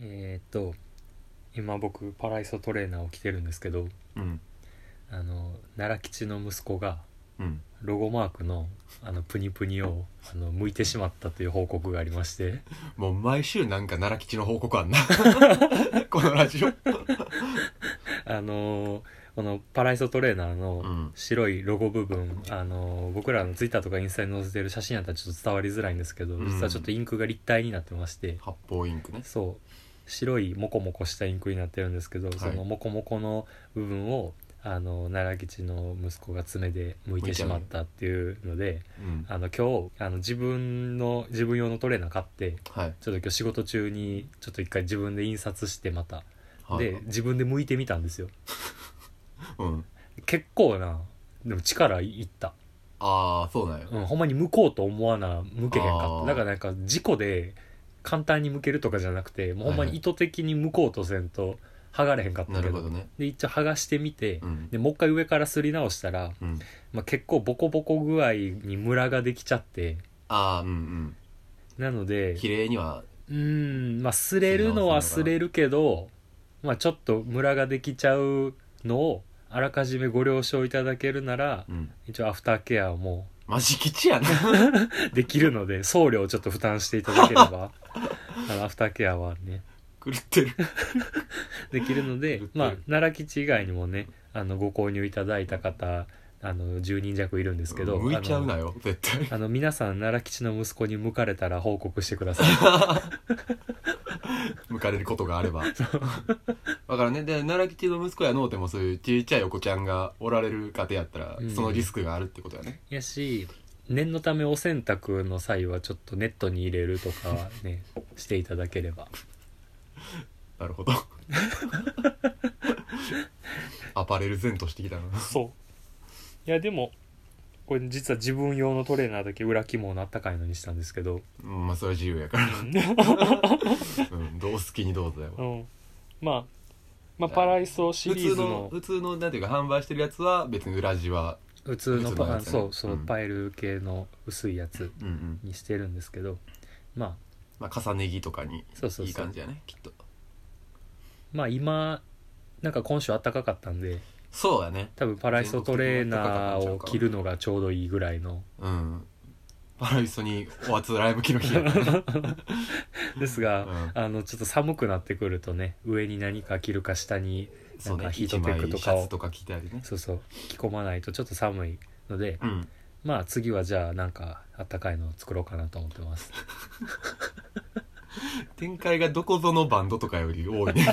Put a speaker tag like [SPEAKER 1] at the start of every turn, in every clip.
[SPEAKER 1] えーっと今僕パライソトレーナーを着てるんですけど
[SPEAKER 2] うん
[SPEAKER 1] あの奈良吉の息子が
[SPEAKER 2] うん
[SPEAKER 1] ロゴマークのあのプニプニをあの剥いてしまったという報告がありまして
[SPEAKER 2] もう毎週なんか奈良吉の報告あ んなこのラジオ
[SPEAKER 1] あのこのパライソトレーナーの
[SPEAKER 2] うん
[SPEAKER 1] 白いロゴ部分、あの僕らのツイッターとかインスタに載せてる写真やったらちょっと伝わりづらいんですけど、
[SPEAKER 2] うん
[SPEAKER 1] 実はちょっとインクが立体になってまして
[SPEAKER 2] 発泡インクね
[SPEAKER 1] そう白いモコモコしたインクになってるんですけど、
[SPEAKER 2] い
[SPEAKER 1] そのモコモコの部分をあの奈良吉の息子が爪で剥いてしまったっていうので
[SPEAKER 2] うん
[SPEAKER 1] あの今日あの自分の自分用のトレーナー買って
[SPEAKER 2] はい
[SPEAKER 1] ちょっと今日仕事中にちょっと一回自分で印刷してまた
[SPEAKER 2] はい
[SPEAKER 1] で自分で剥いてみたんですよ
[SPEAKER 2] うん
[SPEAKER 1] 結構なでも力いった、
[SPEAKER 2] ああそうなんや
[SPEAKER 1] うん、ほんまに剥こうと思わな剥けへんかっ
[SPEAKER 2] あー
[SPEAKER 1] ただからなんか事故で簡単に剥けるとかじゃなくてもうほんまに意図的に剥こうとせんと剥がれへんかった
[SPEAKER 2] な
[SPEAKER 1] け
[SPEAKER 2] る
[SPEAKER 1] ど
[SPEAKER 2] ほどね
[SPEAKER 1] で一応剥がしてみて、
[SPEAKER 2] うん
[SPEAKER 1] でもう一回上からすり直したら、
[SPEAKER 2] うん
[SPEAKER 1] まあ、結構ボコボコ具合にムラができちゃって
[SPEAKER 2] ああうん
[SPEAKER 1] なの
[SPEAKER 2] う
[SPEAKER 1] で
[SPEAKER 2] ん綺麗には
[SPEAKER 1] うーんまあ擦れるのは擦れるけど、まあ、ちょっとムラができちゃうのをあらかじめご了承いただけるなら
[SPEAKER 2] うん
[SPEAKER 1] 一応アフターケアも
[SPEAKER 2] マジ吉やな
[SPEAKER 1] できるので送料をちょっと負担していただければ あのアフターケアはね
[SPEAKER 2] 狂ってる
[SPEAKER 1] できるので
[SPEAKER 2] 売ってる
[SPEAKER 1] まあ奈良吉以外にもねあのご購入いただいた方あの10人弱いるんですけど
[SPEAKER 2] 向いちゃう
[SPEAKER 1] あ
[SPEAKER 2] な
[SPEAKER 1] の
[SPEAKER 2] よ絶対
[SPEAKER 1] あの皆さん奈良吉の息子に向かれたら報告してください
[SPEAKER 2] 向かれることがあれ ばだからねで奈良吉の息子やのうてもそういうちっちゃいお子ちゃんがおられる家庭やったら、
[SPEAKER 1] うん
[SPEAKER 2] そのリスクがあるってことやね
[SPEAKER 1] やし念のためお洗濯の際はちょっとネットに入れるとかねしていただければ
[SPEAKER 2] なるほど アパレル前としてきたな
[SPEAKER 1] そういやでもこれ実は自分用のトレーナーだけ裏肝のあったかいのにしたんですけど、
[SPEAKER 2] うんまあそれは自由やから、うん、どう好きにどうぞやわ
[SPEAKER 1] うん、まあまあ
[SPEAKER 2] あ
[SPEAKER 1] パライソシ
[SPEAKER 2] 普
[SPEAKER 1] リー
[SPEAKER 2] 通
[SPEAKER 1] ズ
[SPEAKER 2] の
[SPEAKER 1] の
[SPEAKER 2] 普通のなんていうか販売してるやつは別に裏地は
[SPEAKER 1] 普通のパ
[SPEAKER 2] 普通のやつね
[SPEAKER 1] そうそう、
[SPEAKER 2] うん
[SPEAKER 1] パイル系の薄いやつ
[SPEAKER 2] うんうん、
[SPEAKER 1] にしてるんですけどまあ
[SPEAKER 2] まあ、重ね着とかに
[SPEAKER 1] そうそうそう
[SPEAKER 2] いい感じやねきっと
[SPEAKER 1] まあ今なんか今週あったかかったんで
[SPEAKER 2] そうやね
[SPEAKER 1] 多分パライソトレーナーを着るのがちょうどいいぐらい の
[SPEAKER 2] うんパライソにおあつライブ機の 日やったね
[SPEAKER 1] です
[SPEAKER 2] う
[SPEAKER 1] が、
[SPEAKER 2] ん
[SPEAKER 1] あのちょっと寒くなってくるとね上に何か着るか下に
[SPEAKER 2] そう
[SPEAKER 1] な
[SPEAKER 2] ね
[SPEAKER 1] んかヒー
[SPEAKER 2] 一
[SPEAKER 1] トテッ
[SPEAKER 2] 枚
[SPEAKER 1] クと
[SPEAKER 2] シ
[SPEAKER 1] かを
[SPEAKER 2] ャツとか着たりね
[SPEAKER 1] そうそう着込まないとちょっと寒いので、
[SPEAKER 2] うん
[SPEAKER 1] まあ次はじゃあなんかあったかいのを作ろうかなと思って ます
[SPEAKER 2] 展開がどこぞのバンドとかより多い ね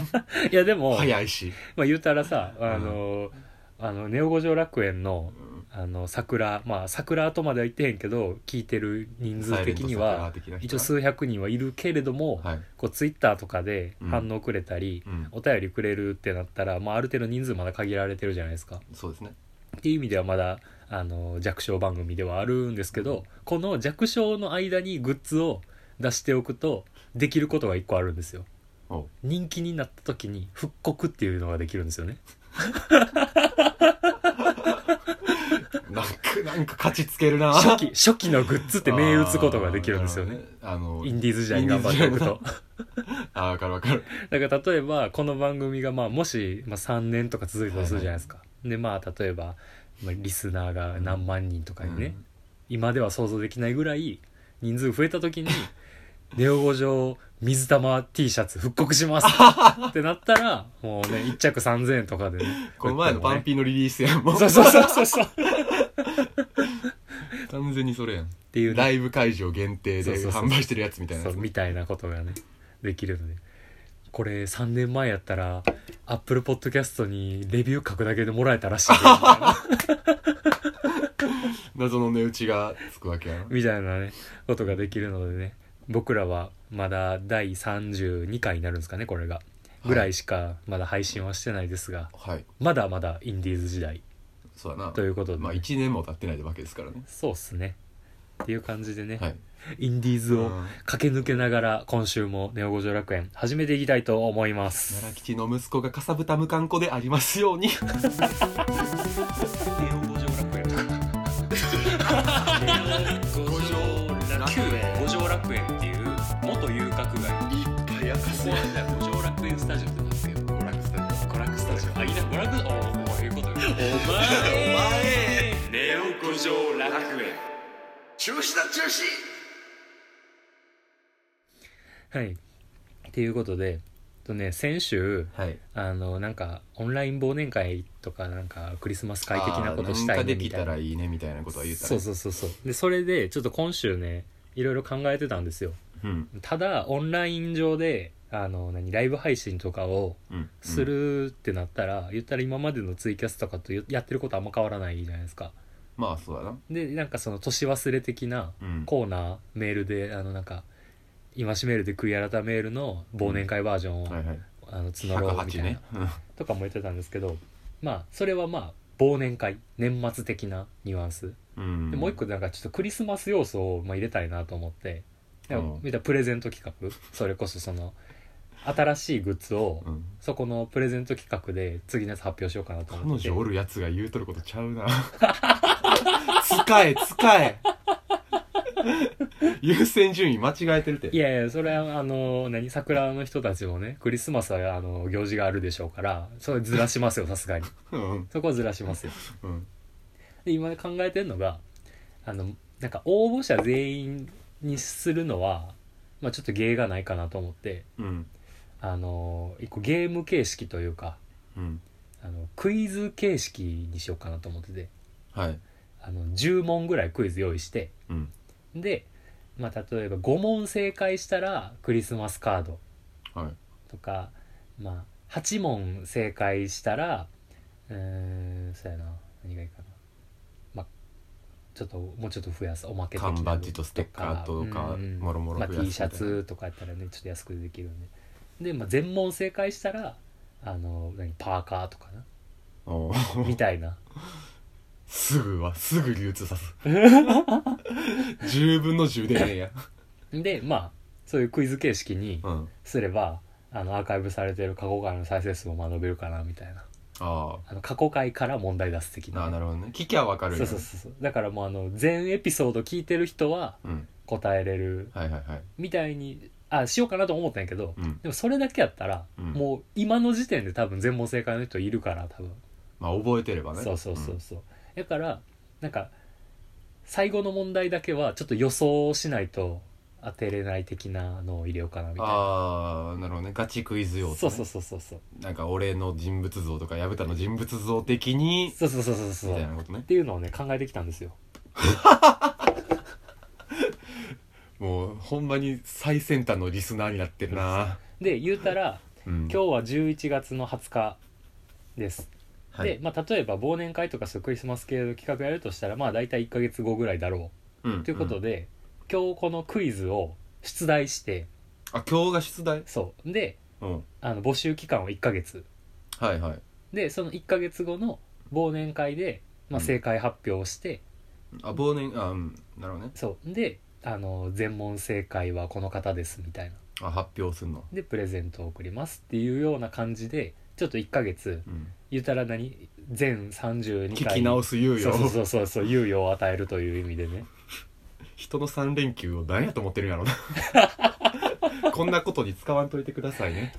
[SPEAKER 1] いやでも、
[SPEAKER 2] 早いし、
[SPEAKER 1] まあ、言うたらさあの、あのネオ五条楽園の
[SPEAKER 2] うん
[SPEAKER 1] あの桜まあ桜とまでは言ってへんけど聞いてる人数的には
[SPEAKER 2] サイレントサクラー的な人
[SPEAKER 1] 一応数百人はいるけれども、
[SPEAKER 2] はい、
[SPEAKER 1] こうツイッターとかで
[SPEAKER 2] うん
[SPEAKER 1] 反応くれたり、
[SPEAKER 2] うん、
[SPEAKER 1] お便りくれるってなったら、まあ、ある程度人数まだ限られてるじゃないですか。
[SPEAKER 2] そうですね
[SPEAKER 1] っていう意味ではまだあの弱小番組ではあるんですけどこの弱小の間にグッズを出しておくとできることが一個あるんですよ
[SPEAKER 2] おう
[SPEAKER 1] 人気になった時に復刻っていうのができるんですよね
[SPEAKER 2] なんかなんか勝ちつけるな
[SPEAKER 1] 初期 初期のグッズって銘打つことができるんですよね
[SPEAKER 2] あの
[SPEAKER 1] インディーズ時代に頑張っておくと
[SPEAKER 2] あーわかるわかる
[SPEAKER 1] だから例えばこの番組がまあもし、まあ、3年とか続いたとするじゃないですか、でまあ例えば、まあ、リスナーが何万人とかにね、
[SPEAKER 2] うん
[SPEAKER 1] 今では想像できないぐらい人数増えた時に「ネオ五条水玉 T シャツ復刻します」ってなったらもうね1着3000円とかでね
[SPEAKER 2] この前のパン
[SPEAKER 1] ー
[SPEAKER 2] ピーのリリースやんもう
[SPEAKER 1] そうそうそうそうそうっ
[SPEAKER 2] 完全にそれやん
[SPEAKER 1] ていうね
[SPEAKER 2] ライブ会場限定
[SPEAKER 1] そう
[SPEAKER 2] で
[SPEAKER 1] そうそう
[SPEAKER 2] 販売してるやつみたいな
[SPEAKER 1] そ
[SPEAKER 2] や
[SPEAKER 1] う
[SPEAKER 2] つ
[SPEAKER 1] みたいなことがねできるのでこれ3年前やったらアップルポッドキャストにレビュー書くだけでもらえたらしい でみたいな
[SPEAKER 2] 謎の値打ちがつくわけやな
[SPEAKER 1] みたいなねことができるのでね僕らはまだ第32回になるんですかねこれがぐらいしかまだ配信はしてないですが、
[SPEAKER 2] はい
[SPEAKER 1] まだまだインディーズ時代
[SPEAKER 2] そうだな
[SPEAKER 1] ということで、
[SPEAKER 2] まあ1年も経ってないわけですからね
[SPEAKER 1] そうっすねっていう感じでね、
[SPEAKER 2] はい
[SPEAKER 1] インディーズ
[SPEAKER 2] う
[SPEAKER 1] を
[SPEAKER 2] ん
[SPEAKER 1] 駆け抜けながら今週も「ネオ五条楽園」始めていきたいと思います
[SPEAKER 2] 奈良吉の息子がかさぶたむかんこでありますように
[SPEAKER 1] ネオ五条楽園五条楽園五条楽園っていう元遊郭街
[SPEAKER 2] いっぱい明かす
[SPEAKER 1] もうあれだよ後楽園スタジオってなってる
[SPEAKER 2] 娯楽スタジ
[SPEAKER 1] 娯楽スタジオあいいな娯楽おおこういうことよお前ネオ五条楽園
[SPEAKER 2] 中止だ中止
[SPEAKER 1] はいっていうことでとね先週
[SPEAKER 2] はい
[SPEAKER 1] あのなんかオンライン忘年会とかなんかクリスマス会的なことした
[SPEAKER 2] あーなんか
[SPEAKER 1] いね
[SPEAKER 2] で
[SPEAKER 1] み
[SPEAKER 2] き
[SPEAKER 1] たい
[SPEAKER 2] た
[SPEAKER 1] な
[SPEAKER 2] らいいねみたいなことは言ったね
[SPEAKER 1] そうそうそうそうでそれでちょっと今週ねいろいろ考えてたんですよ
[SPEAKER 2] うん
[SPEAKER 1] ただオンライン上であの何ライブ配信とかを
[SPEAKER 2] うん
[SPEAKER 1] するってなったら、言ったら今までのツイキャスとかとややってることあんま変わらないじゃないですか
[SPEAKER 2] まあそうだな
[SPEAKER 1] でなんかその年忘れ的な
[SPEAKER 2] うん
[SPEAKER 1] コーナーメールであのなんか今しメールで悔い改めるの忘年会バージョンを、
[SPEAKER 2] はいはい
[SPEAKER 1] あの募ろうみた
[SPEAKER 2] 108
[SPEAKER 1] いな、
[SPEAKER 2] ねうん
[SPEAKER 1] とかも言ってたんですけどまあそれはまあ忘年会年末的なニュアンス
[SPEAKER 2] うん
[SPEAKER 1] でもう一個なんかちょっとクリスマス要素をまあ入れたいなと思って
[SPEAKER 2] うん
[SPEAKER 1] 見たプレゼント企画それこそその新しいグッズを
[SPEAKER 2] うん
[SPEAKER 1] そこのプレゼント企画で次のやつ発表しようかなと思
[SPEAKER 2] 彼
[SPEAKER 1] って
[SPEAKER 2] 女おるやつが言うとることちゃうな使え使 え優先順位間違えてるって
[SPEAKER 1] いやいやそれはあの何桜の人たちもねクリスマスはあの行事があるでしょうからそれずらしますよさすがに
[SPEAKER 2] うん
[SPEAKER 1] そこはずらしますよ
[SPEAKER 2] うん
[SPEAKER 1] で今考えてるのがあのなんか応募者全員にするのは、まあ、ちょっと芸がないかなと思って
[SPEAKER 2] うん
[SPEAKER 1] あの一個ゲーム形式というか
[SPEAKER 2] うん
[SPEAKER 1] あのクイズ形式にしようかなと思ってて
[SPEAKER 2] はい
[SPEAKER 1] あの10問ぐらいクイズ用意して
[SPEAKER 2] うん
[SPEAKER 1] で、まあ、例えば5問正解したらクリスマスカード
[SPEAKER 2] はい
[SPEAKER 1] とか、まあ、8問正解したらうーんそうやな何がいいかな、まあ、ちょっともうちょっと増やすおまけ的な
[SPEAKER 2] 缶バッジとステッカーとか
[SPEAKER 1] うん
[SPEAKER 2] もろもろ
[SPEAKER 1] まあ、
[SPEAKER 2] 増やす
[SPEAKER 1] T
[SPEAKER 2] み
[SPEAKER 1] シ
[SPEAKER 2] たい
[SPEAKER 1] ャ
[SPEAKER 2] な
[SPEAKER 1] ツとかやったらねちょっと安くできるんでで、まあ、全問正解したらあの何パーカーとかな
[SPEAKER 2] おー
[SPEAKER 1] みたいな
[SPEAKER 2] すぐはすぐ流通さ す10分の10でええや
[SPEAKER 1] でまあそういうクイズ形式に
[SPEAKER 2] うん
[SPEAKER 1] すればあのアーカイブされてる過去回の再生数もまあ伸びるかなみたいな
[SPEAKER 2] あ
[SPEAKER 1] あの過去回から問題出す的
[SPEAKER 2] ああ
[SPEAKER 1] な
[SPEAKER 2] なるほどね聞きゃわかるん
[SPEAKER 1] そう
[SPEAKER 2] や
[SPEAKER 1] そうそうそうだからもうあの全エピソード聞いてる人は
[SPEAKER 2] うん
[SPEAKER 1] 答えれる
[SPEAKER 2] はいはいはい
[SPEAKER 1] みたいにあしようかなと思ったんやけど、
[SPEAKER 2] うん
[SPEAKER 1] でもそれだけやったら、
[SPEAKER 2] うん
[SPEAKER 1] もう今の時点で多分全問正解の人いるから多分、
[SPEAKER 2] まあ覚えてればね
[SPEAKER 1] そうそうそうそうだからなんか最後の問題だけはちょっと予想しないと当てれない的なのを入れようかなみたいな
[SPEAKER 2] ああなるほどねガチクイズ用
[SPEAKER 1] そうそうそうそうそう
[SPEAKER 2] なんか俺の人物像とか薮田の人物像的に
[SPEAKER 1] そうそうそうそうそう
[SPEAKER 2] みたいなことね
[SPEAKER 1] っていうのをね考えてきたんですよ
[SPEAKER 2] もうほんまに最先端のリスナーになってるな、
[SPEAKER 1] で言うたら
[SPEAKER 2] うん、
[SPEAKER 1] 今日は11月の20日です、
[SPEAKER 2] はい
[SPEAKER 1] で、まあ、例えば忘年会とかそういうクリスマス系の企画やるとしたらまあ大体1ヶ月後ぐらいだろ
[SPEAKER 2] うん
[SPEAKER 1] うということで、今日このクイズを出題して
[SPEAKER 2] あ今日が出題
[SPEAKER 1] そうで
[SPEAKER 2] うん
[SPEAKER 1] あの募集期間は1ヶ月
[SPEAKER 2] はいはい
[SPEAKER 1] でその1ヶ月後の忘年会で、まあ、
[SPEAKER 2] うん
[SPEAKER 1] 正解発表をして、
[SPEAKER 2] あ忘年あうんなるほどね
[SPEAKER 1] そうであの全問正解はこの方ですみたいな
[SPEAKER 2] あ発表すんの
[SPEAKER 1] でプレゼントを送りますっていうような感じでちょっと1ヶ月
[SPEAKER 2] うん
[SPEAKER 1] 言うたら何全32
[SPEAKER 2] 聞
[SPEAKER 1] 回
[SPEAKER 2] き直す猶予
[SPEAKER 1] そうそうそうそうそう猶予を与えるという意味でね
[SPEAKER 2] 人の3連休を何やと思ってるんやろう なこんなことに使わんといてくださいね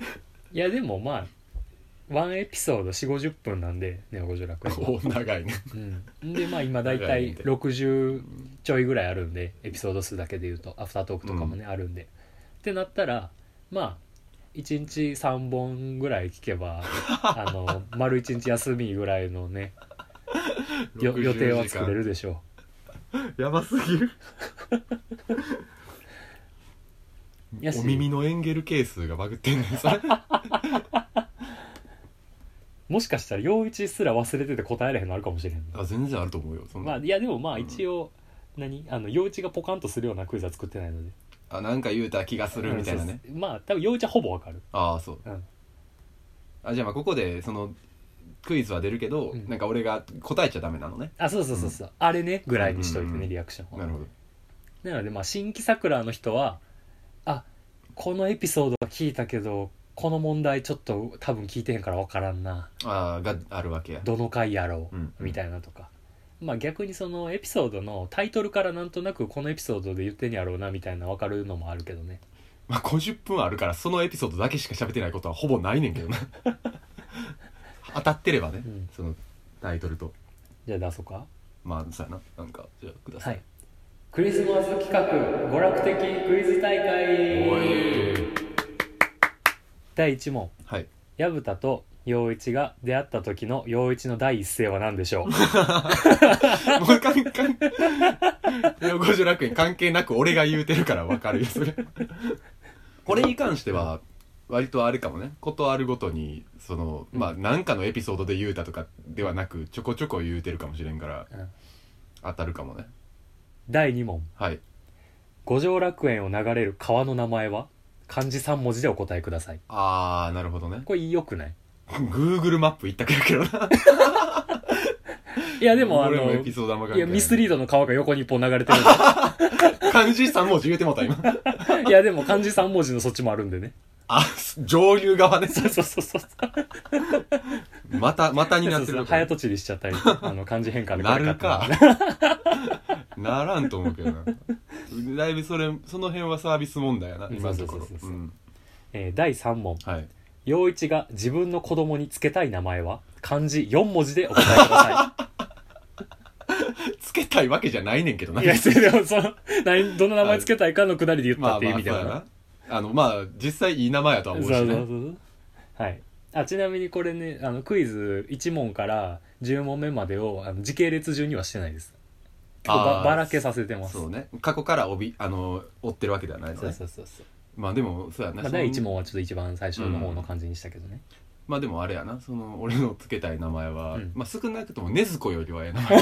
[SPEAKER 1] いやでもまあワンエピソード4 5 0分なんでネオ五条楽園は
[SPEAKER 2] お長いね
[SPEAKER 1] うん、でまあ今大
[SPEAKER 2] 長いん
[SPEAKER 1] 体
[SPEAKER 2] で
[SPEAKER 1] 60ちょいぐらいあるんでエピソード数だけで言うとアフタートークとかもね、あるんでってなったらまあ1日3本ぐらい聞け ばあの丸1日休みぐらいのねよ予定は作れるでしょう
[SPEAKER 2] やばす ぎる
[SPEAKER 1] やし
[SPEAKER 2] お耳のエンゲル係数がバグってんね んさ
[SPEAKER 1] もしかしたら陽一すら忘れてて答えられへんのあるかもしれへんね
[SPEAKER 2] あ全然あると思うよそんな
[SPEAKER 1] まあいやでもまあ
[SPEAKER 2] うん
[SPEAKER 1] 一応、何あの陽一がポカンとするようなクイズは作ってないので
[SPEAKER 2] あなんか言うた気がするみたいなね、
[SPEAKER 1] うんそうそうまあ多分陽一はほぼわかる
[SPEAKER 2] ああそう、
[SPEAKER 1] うん
[SPEAKER 2] あじゃあまあここでそのクイズは出るけど、
[SPEAKER 1] うん
[SPEAKER 2] なんか俺が答えちゃダメなのね
[SPEAKER 1] あそうそうそうそう、あれねぐらいにしといてね、
[SPEAKER 2] うんうんうん
[SPEAKER 1] リアクションは
[SPEAKER 2] なるほど
[SPEAKER 1] なのでまあ新規桜の人はあこのエピソードは聞いたけどこの問題ちょっと多分聞いてへんからわからんな
[SPEAKER 2] ああがあるわけや
[SPEAKER 1] どの回やろう、
[SPEAKER 2] うん
[SPEAKER 1] みたいなとかまあ逆にそのエピソードのタイトルからなんとなくこのエピソードで言ってんやろうなみたいなわかるのもあるけどね
[SPEAKER 2] まあ、50分あるからそのエピソードだけしか喋ってないことはほぼないねんけ どな当たってればね、
[SPEAKER 1] うん
[SPEAKER 2] そのタイトルと
[SPEAKER 1] じゃあ出そうか
[SPEAKER 2] まあさやななんかじゃあくださ、
[SPEAKER 1] はいいクリスマス企画娯楽的クイズ大
[SPEAKER 2] お
[SPEAKER 1] 会
[SPEAKER 2] い
[SPEAKER 1] 第1問
[SPEAKER 2] はい
[SPEAKER 1] 薮田と陽一が出会った時の陽一の第一声は何で しょう
[SPEAKER 2] もう関係養護所楽園関係なく俺が言うてるから分かるよそれ これに関しては割とあれかもねことあるごとにそのまあ何かのエピソードで言うたとかではなくちょこちょこ言うてるかもしれんから
[SPEAKER 1] うん
[SPEAKER 2] 当たるかもね
[SPEAKER 1] 第2問
[SPEAKER 2] はい
[SPEAKER 1] 五条楽園を流れる川の名前は漢字3文字でお答えください
[SPEAKER 2] あーなるほどね
[SPEAKER 1] これ良くない
[SPEAKER 2] Google マップ一択やけどない
[SPEAKER 1] やでもあ
[SPEAKER 2] 俺
[SPEAKER 1] の
[SPEAKER 2] エピソードあんま関
[SPEAKER 1] い
[SPEAKER 2] 係
[SPEAKER 1] や
[SPEAKER 2] ない
[SPEAKER 1] ミスリードの川が横に一本流れてるん
[SPEAKER 2] 漢字3文字言うてもうた今
[SPEAKER 1] でいやでも漢字3文字のそっちもあるんでね
[SPEAKER 2] あ上流側ね
[SPEAKER 1] そうそうそうそう
[SPEAKER 2] またまたにな
[SPEAKER 1] そう
[SPEAKER 2] って
[SPEAKER 1] そう
[SPEAKER 2] る
[SPEAKER 1] 早とちりしちゃったりあの漢字変換で
[SPEAKER 2] な
[SPEAKER 1] これ
[SPEAKER 2] る
[SPEAKER 1] 買
[SPEAKER 2] か
[SPEAKER 1] って
[SPEAKER 2] ならんと思うけどなだいぶそれその辺はサービス問題やな
[SPEAKER 1] うん
[SPEAKER 2] 今のとこ
[SPEAKER 1] そ
[SPEAKER 2] ろ
[SPEAKER 1] うそうそうそう
[SPEAKER 2] うん
[SPEAKER 1] えー第3問
[SPEAKER 2] はい
[SPEAKER 1] 陽一が自分の子供につけたい名前は漢字4文字でお答えください
[SPEAKER 2] つけたいわけじゃないねんけどない
[SPEAKER 1] や、それでもその、何、どの名前つけたいかのくだりで言った
[SPEAKER 2] ま
[SPEAKER 1] っ
[SPEAKER 2] あ
[SPEAKER 1] ていう
[SPEAKER 2] ま
[SPEAKER 1] 意
[SPEAKER 2] あそう
[SPEAKER 1] 味で
[SPEAKER 2] や
[SPEAKER 1] はな
[SPEAKER 2] な。あのまあ実際いい名前やとは
[SPEAKER 1] そう
[SPEAKER 2] 思う
[SPEAKER 1] そう
[SPEAKER 2] し
[SPEAKER 1] そう
[SPEAKER 2] ね
[SPEAKER 1] そう。はい。あ、ちなみにこれね、あの、クイズ1問から10問目までを、あの時系列順にはしてないです。結構ば
[SPEAKER 2] あー
[SPEAKER 1] ばらけさせてます。
[SPEAKER 2] そうね過去から帯あの追ってるわけではないの
[SPEAKER 1] そう
[SPEAKER 2] ね
[SPEAKER 1] そうそうそう。
[SPEAKER 2] まあでもそうや
[SPEAKER 1] ま
[SPEAKER 2] な
[SPEAKER 1] あ、
[SPEAKER 2] その
[SPEAKER 1] 第1問はちょっと一番最初の方の感じにしたけどね。
[SPEAKER 2] まあでもあれやなその俺のつけたい名前は、
[SPEAKER 1] うん
[SPEAKER 2] まあ少なくとも禰豆子よりはええ 名前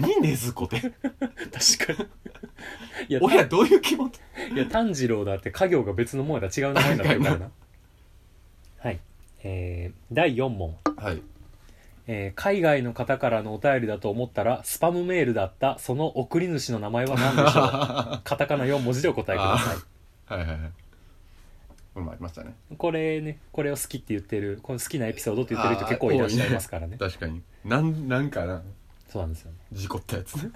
[SPEAKER 2] 何禰豆子って
[SPEAKER 1] 確かに。 いや、
[SPEAKER 2] 親どういう気持ち
[SPEAKER 1] いや炭治郎だって家業が別のもんやったら違う名前になってるからな。はい。えー、第4問。
[SPEAKER 2] はい
[SPEAKER 1] えー海外の方からのお便りだと思ったらスパムメールだったその送り主の名前は何でしょう カタカナ4文字でお答えくださ
[SPEAKER 2] はいはいはい。これもありましたね。
[SPEAKER 1] いこれねこれを好きって言ってるこの好きなエピソードって言ってる人結構いらっしゃいますからね
[SPEAKER 2] 確かに。なん、なんかな、
[SPEAKER 1] そうなんですよね
[SPEAKER 2] 事故ったや つね。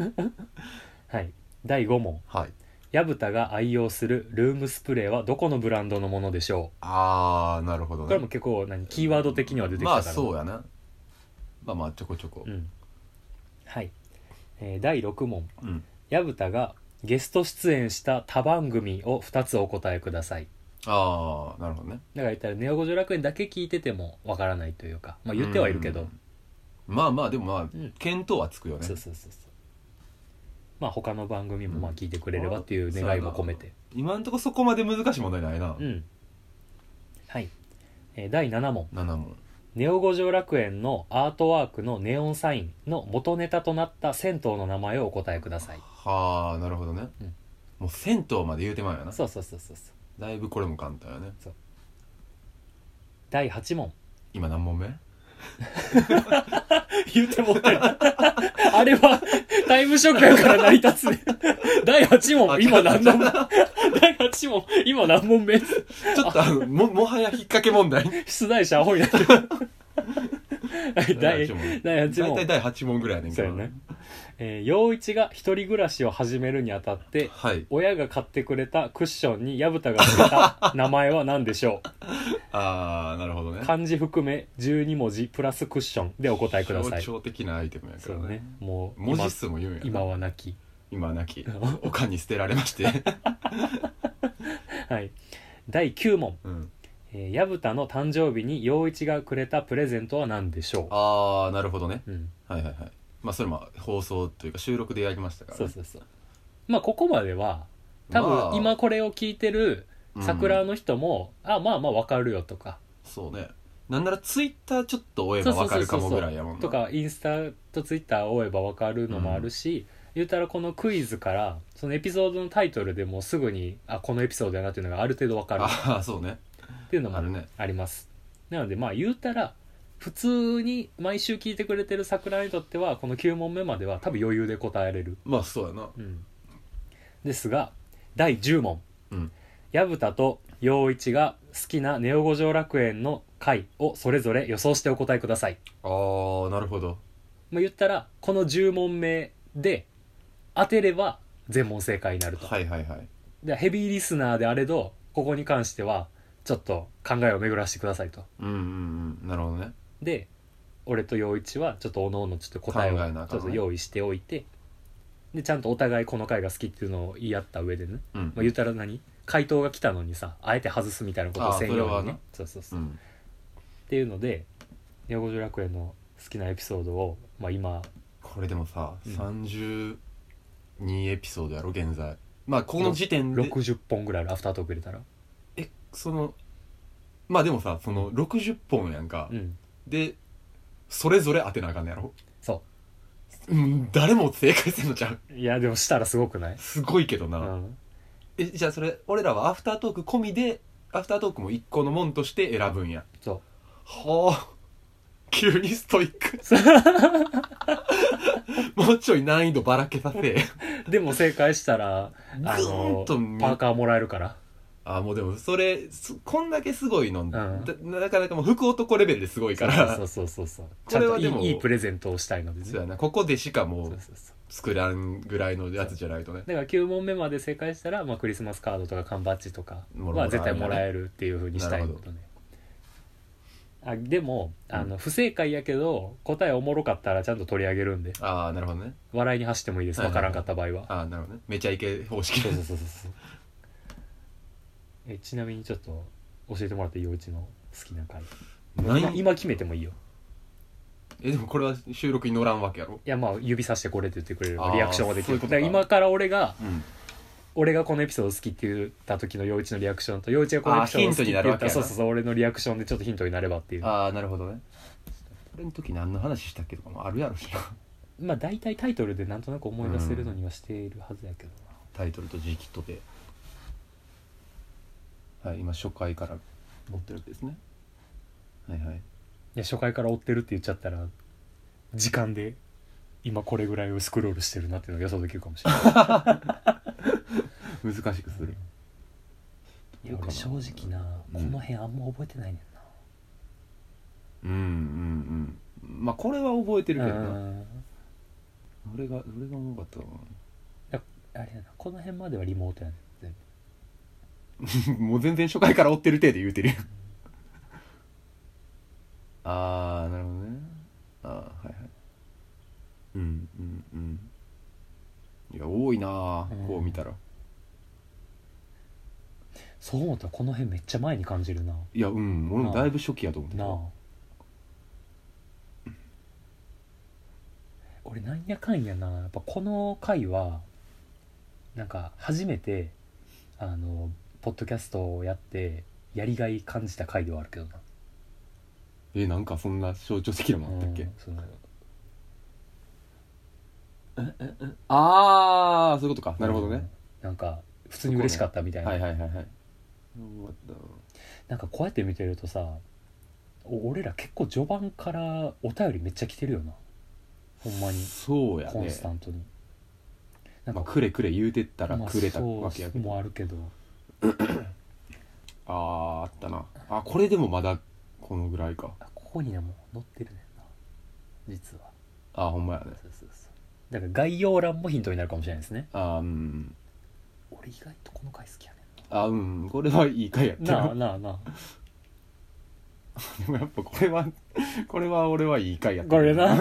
[SPEAKER 1] はい第5問
[SPEAKER 2] はい。
[SPEAKER 1] ヤブタが愛用するルームスプレーはどこのブランドのものでしょ
[SPEAKER 2] あー、なるほど
[SPEAKER 1] う
[SPEAKER 2] ね。
[SPEAKER 1] これも結構何キーワード的には出てきた
[SPEAKER 2] ま
[SPEAKER 1] か
[SPEAKER 2] あ
[SPEAKER 1] ら、
[SPEAKER 2] そうやな。まあまあ、ちょこちょこ
[SPEAKER 1] う。んはい、えー第6問
[SPEAKER 2] うん。
[SPEAKER 1] ヤブタがゲスト出演した他番組を2つお答えください
[SPEAKER 2] あー、なるほどね。
[SPEAKER 1] だから言ったら「ネオ五条楽園」だけ聞いててもわからないというか、まあ、言ってはいるけど、
[SPEAKER 2] うんまあまあ、でもまあ
[SPEAKER 1] うん、
[SPEAKER 2] 見当はつくよね
[SPEAKER 1] そう。そうそうそうまあ他の番組もまあ聞いてくれればっていう願いも込めて
[SPEAKER 2] 今んとこそこまで難しい問題ないな
[SPEAKER 1] うん、。はい、えー第7問
[SPEAKER 2] 7問。
[SPEAKER 1] 「ネオ五条楽園」のアートワークのネオンサインの元ネタとなった銭湯の名前をお答えください
[SPEAKER 2] はあ、なるほどね
[SPEAKER 1] うん。
[SPEAKER 2] もう銭湯まで言うてまうよな。
[SPEAKER 1] そうそうそうそうそう
[SPEAKER 2] だいぶこれも簡単やね。
[SPEAKER 1] 第8問
[SPEAKER 2] 今何問目
[SPEAKER 1] 言ってもったよ あれはタイムショックやから成り立つね第8問今何問目 第8問今何問目
[SPEAKER 2] ちょっとあ の、も、もはや引っ掛け問題。
[SPEAKER 1] 出題者アホにな ってるはい第第8
[SPEAKER 2] 大
[SPEAKER 1] 問
[SPEAKER 2] 体第8問ぐらいやねんけ
[SPEAKER 1] そう
[SPEAKER 2] ど
[SPEAKER 1] やね、えー陽一が一人暮らしを始めるにあたって
[SPEAKER 2] はい
[SPEAKER 1] 親が買ってくれたクッションに薮田がつけ た名前は何でしょ
[SPEAKER 2] ああなるほどね
[SPEAKER 1] う漢字含め12文字プラスクッションでお答えください
[SPEAKER 2] 象徴的なアイテムやか
[SPEAKER 1] そ
[SPEAKER 2] ら
[SPEAKER 1] う
[SPEAKER 2] ね
[SPEAKER 1] ねもう
[SPEAKER 2] 文
[SPEAKER 1] 今
[SPEAKER 2] 字数も言うんやな
[SPEAKER 1] 今はなき
[SPEAKER 2] 今は なき丘に捨てられまして
[SPEAKER 1] はい第9問
[SPEAKER 2] うん
[SPEAKER 1] えー薮田、の誕生日に陽一がくれたプレゼントは何でしょ
[SPEAKER 2] ああなるほどね
[SPEAKER 1] う、うん、
[SPEAKER 2] はいはいはいまあそれも放送というか収録でやりましたから
[SPEAKER 1] そう
[SPEAKER 2] ね
[SPEAKER 1] そうそうまあここまでは多
[SPEAKER 2] まあ
[SPEAKER 1] 分今これを聞いてる
[SPEAKER 2] うん
[SPEAKER 1] 桜の人も、あまあまあわかるよとか
[SPEAKER 2] そうねなんならツイッターちょっと追えばわかるかもぐらいやもんな
[SPEAKER 1] とかインスタとツイッターを追えばわかるのもあるし、言うたらこのクイズからそのエピソードのタイトルでもうすぐにあこのエピソードやなっていうのがある程度わかる
[SPEAKER 2] ああそうね
[SPEAKER 1] っていうのも
[SPEAKER 2] あるね
[SPEAKER 1] あります、なのでまあ言うたら普通に毎週聞いてくれてる桜にとってはこの9問目までは多分余裕で答えれる、
[SPEAKER 2] まあそうやな
[SPEAKER 1] うん、ですが第10問
[SPEAKER 2] うん
[SPEAKER 1] 薮田と陽一が好きなネオ五条楽園の回をそれぞれ予想してお答えください、
[SPEAKER 2] ああなるほど
[SPEAKER 1] まあ、言ったらこの10問目で当てれば全問正解になると、
[SPEAKER 2] はいはいはい
[SPEAKER 1] でヘビーリスナーであれどここに関してはちょっと考えを巡らしてくださいと
[SPEAKER 2] うんうんうんなるほどね
[SPEAKER 1] で俺と陽一はちょっとおのおのちょっと答えを
[SPEAKER 2] 考えなあかんね
[SPEAKER 1] ちょっと用意しておいてでちゃんとお互いこの回が好きっていうのを言い合った上でね、
[SPEAKER 2] うん
[SPEAKER 1] まあ、言うたら何回答が来たのにさあえて外すみたいなことをせんようにねそうそうそうう、っ
[SPEAKER 2] ん
[SPEAKER 1] ていうので「ネオ五条楽園」の好きなエピソードを、まあ、今
[SPEAKER 2] これでもさ、
[SPEAKER 1] うん
[SPEAKER 2] 32エピソードやろ現在まあこの時点で
[SPEAKER 1] 60本ぐらいあるアフタートーク入れたら
[SPEAKER 2] えそのまあでもさその60本やんか、
[SPEAKER 1] うん
[SPEAKER 2] でそれぞれ当てなあかんのやろ、
[SPEAKER 1] そ
[SPEAKER 2] うん、誰も正解せんのちゃう
[SPEAKER 1] ういやでもしたらすごくない、
[SPEAKER 2] すごいけど
[SPEAKER 1] う
[SPEAKER 2] な、
[SPEAKER 1] ん、
[SPEAKER 2] えじゃあそれ俺らはアフタートーク込みでアフタートークも一個のもんとして選ぶんや
[SPEAKER 1] そ
[SPEAKER 2] はあ急にストイッ クもうちょい難易度ばらけさせ
[SPEAKER 1] うでも正解したらあ
[SPEAKER 2] ぐー
[SPEAKER 1] のパ
[SPEAKER 2] んとみ
[SPEAKER 1] ーカーもらえるから
[SPEAKER 2] あもうでもそれそこんだけすごいの、
[SPEAKER 1] ん
[SPEAKER 2] だなかなかもう福男レベルですごいから
[SPEAKER 1] そうそうそうそうちゃ
[SPEAKER 2] こ
[SPEAKER 1] ん
[SPEAKER 2] れ
[SPEAKER 1] と
[SPEAKER 2] はいでも
[SPEAKER 1] いいいプレゼントをしたいのでね
[SPEAKER 2] そうやなここでしかも
[SPEAKER 1] そう
[SPEAKER 2] う
[SPEAKER 1] そうそう
[SPEAKER 2] 作らんぐらいのやつじゃないとね
[SPEAKER 1] だから9問目まで正解したら、まあ、クリスマスカードとか缶バッジとか
[SPEAKER 2] もらえ
[SPEAKER 1] は
[SPEAKER 2] る
[SPEAKER 1] 絶対もらえるっていうふうにしたいのとねあでもあの不正解やけど答えおもろかったらちゃんと取り上げるんで
[SPEAKER 2] ああなるほどね
[SPEAKER 1] 笑いに走ってもいいです
[SPEAKER 2] はい
[SPEAKER 1] わ
[SPEAKER 2] はい
[SPEAKER 1] からんかった場合は、
[SPEAKER 2] ああなるほどねめちゃイケ方式
[SPEAKER 1] そうそうそうそうそうえちなみにちょっと教えてもらって陽一の好きな回今
[SPEAKER 2] 何
[SPEAKER 1] 今決めてもいいよ
[SPEAKER 2] えでもこれは収録に乗らんわけやろ
[SPEAKER 1] いやまあ指さしてこれって言ってくれる
[SPEAKER 2] あー
[SPEAKER 1] リアクションはでき
[SPEAKER 2] そう
[SPEAKER 1] る
[SPEAKER 2] いうこと
[SPEAKER 1] だ
[SPEAKER 2] か
[SPEAKER 1] から今から俺が
[SPEAKER 2] うん
[SPEAKER 1] 俺がこのエピソード好きって言った時の陽一のリアクションと陽一がこのエピソード好きって言
[SPEAKER 2] あーヒントになる
[SPEAKER 1] っ
[SPEAKER 2] わ
[SPEAKER 1] た
[SPEAKER 2] けやな
[SPEAKER 1] そうそうそう俺のリアクションでちょっとヒントになればっていう
[SPEAKER 2] ああなるほどねこれの時何の話したっけとかもあるやろしな
[SPEAKER 1] まあ大体タイトルでなんとなく思い出せるのにはしているはずやけどな、
[SPEAKER 2] タイトルと直筆ではい今初回から持ってるんですねはいはい
[SPEAKER 1] いや初回から追ってるって言っちゃったら時間で今これぐらいをスクロールしてるなっていうのが予想できるかもしれない
[SPEAKER 2] 難しくする
[SPEAKER 1] いや俺正直な、
[SPEAKER 2] うん
[SPEAKER 1] この辺あんま覚えてないね
[SPEAKER 2] うんうんうんまあこれは覚えて
[SPEAKER 1] ん
[SPEAKER 2] る
[SPEAKER 1] な
[SPEAKER 2] けどな
[SPEAKER 1] うん
[SPEAKER 2] 俺が俺が重かったか
[SPEAKER 1] あれやなこの辺まではリモートやねん全部
[SPEAKER 2] な もう全然初回から追ってる体で言うてるやん ああなるほどねああはいはいうんうんうんいや多いなあ、
[SPEAKER 1] うん
[SPEAKER 2] こう見たら
[SPEAKER 1] そう思ったらこの辺めっちゃ前に感じるない
[SPEAKER 2] やうん俺もだいぶ初期やと思ってた
[SPEAKER 1] なあ俺なんやかんやなやっぱこの回はなんか初めてあのポッドキャストをやってやりがい感じた回ではあるけどな
[SPEAKER 2] えなんかそんな象徴的なもんあったっけ、
[SPEAKER 1] うんその
[SPEAKER 2] ああそういうことかなるほどね、
[SPEAKER 1] なんか普通に嬉しかったみたいな、
[SPEAKER 2] はいはいはいはい
[SPEAKER 1] なんかこうやって見てるとさお俺ら結構序盤からお便りめっちゃ来てるよなほんまに
[SPEAKER 2] そうや
[SPEAKER 1] コン
[SPEAKER 2] ね
[SPEAKER 1] スタントに、なん
[SPEAKER 2] ま
[SPEAKER 1] か
[SPEAKER 2] あ、くれくれ言うてったら
[SPEAKER 1] まあ
[SPEAKER 2] くれたわけや
[SPEAKER 1] そ
[SPEAKER 2] け
[SPEAKER 1] う
[SPEAKER 2] ど、
[SPEAKER 1] もあるけど
[SPEAKER 2] あああったなあこれでもまだこのぐらいか
[SPEAKER 1] あここにねもう載ってるねんな実は
[SPEAKER 2] あーほんまやね
[SPEAKER 1] そうそうそうだから概要欄もヒントになるかもしれないですね
[SPEAKER 2] あーうん
[SPEAKER 1] 俺意外とこの回好きやね
[SPEAKER 2] あーうんこれはいい回やっ
[SPEAKER 1] ん
[SPEAKER 2] た
[SPEAKER 1] なな
[SPEAKER 2] よ
[SPEAKER 1] あなあな
[SPEAKER 2] でもやっぱこれはこれは俺はいい回や
[SPEAKER 1] あ
[SPEAKER 2] った
[SPEAKER 1] これ な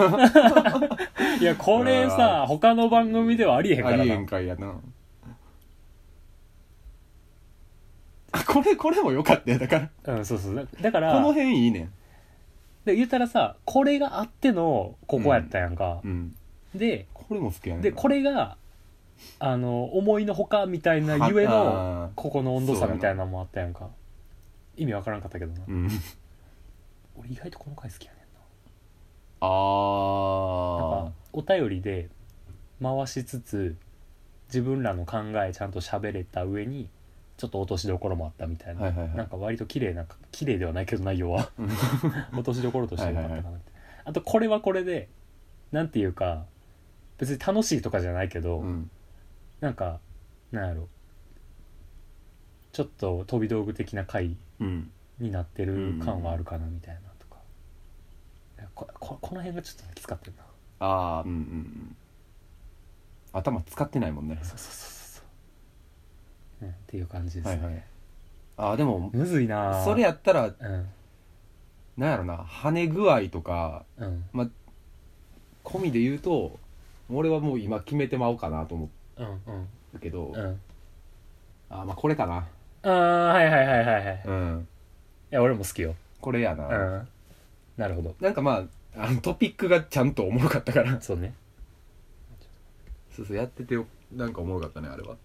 [SPEAKER 1] いやこれ
[SPEAKER 2] あ
[SPEAKER 1] さ
[SPEAKER 2] ー
[SPEAKER 1] 他の番組ではありえへんか
[SPEAKER 2] あ
[SPEAKER 1] ら
[SPEAKER 2] り
[SPEAKER 1] な
[SPEAKER 2] えん回やなあこれこれも良かったよだから
[SPEAKER 1] うんそうそうだだか
[SPEAKER 2] こ
[SPEAKER 1] ら
[SPEAKER 2] の辺いいね
[SPEAKER 1] で言うたらさこれがあってのここやったやんか
[SPEAKER 2] ん、う、ん、
[SPEAKER 1] で
[SPEAKER 2] これも好きやねんな
[SPEAKER 1] でこれがあの思いのほかみたいなゆえの
[SPEAKER 2] はあ
[SPEAKER 1] ここの温度差みたいなのもあったやんか意味わからんかったけどな、
[SPEAKER 2] ーうん
[SPEAKER 1] 俺意外とこの回好きやねんななん
[SPEAKER 2] あ
[SPEAKER 1] かお便りで回しつつ自分らの考えちゃんと喋れた上にちょっと落としどころもあったみたい
[SPEAKER 2] あ
[SPEAKER 1] な、
[SPEAKER 2] はいはいは
[SPEAKER 1] なん
[SPEAKER 2] い
[SPEAKER 1] か割と綺麗な綺麗ではないけど内容は
[SPEAKER 2] うん
[SPEAKER 1] 落としどころとしてよかったかなって、あとこれはこれでなんていうか別に楽しいとかじゃないけど、
[SPEAKER 2] うん
[SPEAKER 1] なんかなんやろちょっと飛び道具的な回
[SPEAKER 2] うん
[SPEAKER 1] になってる感はあるかなみたいなとか、いやこここの辺がちょっとねきつかったよな
[SPEAKER 2] ああうんうんうん頭使ってないもんね
[SPEAKER 1] そうそうそうそううんっていう感じです、
[SPEAKER 2] はいはいあーでも
[SPEAKER 1] むずいなぁ
[SPEAKER 2] それやった
[SPEAKER 1] う
[SPEAKER 2] ら
[SPEAKER 1] ん
[SPEAKER 2] なんやろな跳ね具合とか
[SPEAKER 1] うん
[SPEAKER 2] 込みで言うと俺はもう今決めてまおうかなと思
[SPEAKER 1] うんうん
[SPEAKER 2] うけど、
[SPEAKER 1] うん
[SPEAKER 2] あーまあこれかな
[SPEAKER 1] ああはいはいはいはいはい
[SPEAKER 2] うん
[SPEAKER 1] いや俺も好きよ
[SPEAKER 2] これや
[SPEAKER 1] う
[SPEAKER 2] な、
[SPEAKER 1] んなるほど
[SPEAKER 2] なんかまああのトピックがちゃんとおもろかったから
[SPEAKER 1] そうね
[SPEAKER 2] そうそうやっててなんかおもろかったねあれは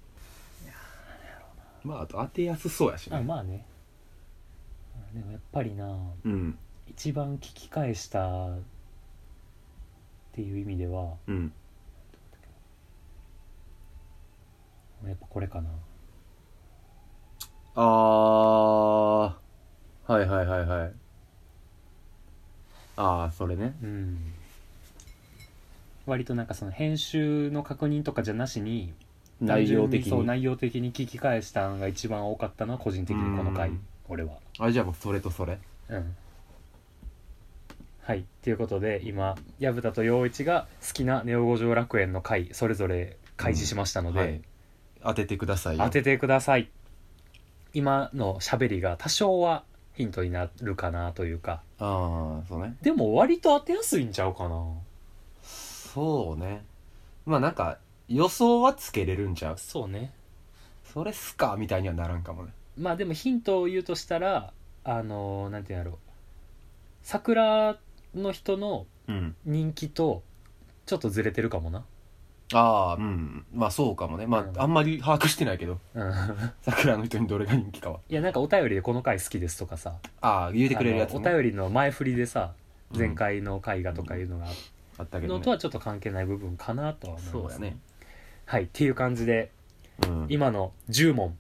[SPEAKER 2] まああと当てやすそうやし
[SPEAKER 1] あ
[SPEAKER 2] ね
[SPEAKER 1] まあねでもやっぱりなぁ
[SPEAKER 2] うん
[SPEAKER 1] 一番聞き返したっていう意味では
[SPEAKER 2] うん
[SPEAKER 1] やっぱこれかな
[SPEAKER 2] ああはいはいはいはいああそれね
[SPEAKER 1] うん割となんかその編集の確認とかじゃなしに
[SPEAKER 2] 内容
[SPEAKER 1] 単
[SPEAKER 2] 的
[SPEAKER 1] 純そう
[SPEAKER 2] に
[SPEAKER 1] 内容的に聞き返したのが一番多かったのは個人的にこの回
[SPEAKER 2] うん
[SPEAKER 1] 俺は
[SPEAKER 2] あじゃあもうそれとそれ
[SPEAKER 1] うんはいということで今薮田と陽一が好きなネオ五条楽園の回それぞれ開示しましたので、
[SPEAKER 2] はい当ててくださいよ
[SPEAKER 1] 当ててください今の喋りが多少はヒントになるかなというか
[SPEAKER 2] ああそうね
[SPEAKER 1] でも割と当てやすいんちゃうかな
[SPEAKER 2] そうねまあなんか予想はつけれるんちゃう
[SPEAKER 1] そうね
[SPEAKER 2] それっすかみたいにはならんかもね
[SPEAKER 1] まあでもヒントを言うとしたらあのーなんていうんだろう桜の人の
[SPEAKER 2] うん
[SPEAKER 1] 人気とちょっとずれてるかもな
[SPEAKER 2] ああうんまあそうかもねまあ、
[SPEAKER 1] うん
[SPEAKER 2] あんまり把握してないけど
[SPEAKER 1] うん
[SPEAKER 2] 桜の人にどれが人気かはい
[SPEAKER 1] やなんかお便りで「この回好きです」とかさ
[SPEAKER 2] ああ言うてくれるやつ、
[SPEAKER 1] あ
[SPEAKER 2] ね、
[SPEAKER 1] のお便りの前振りでさ
[SPEAKER 2] うん
[SPEAKER 1] 前回の絵画とかいうのがあっ
[SPEAKER 2] あった
[SPEAKER 1] た
[SPEAKER 2] けど、
[SPEAKER 1] の
[SPEAKER 2] ね
[SPEAKER 1] と、はちょっと関係ない部分かなとは思います、
[SPEAKER 2] そうやね
[SPEAKER 1] はいっていう感じで
[SPEAKER 2] うん
[SPEAKER 1] 今の10問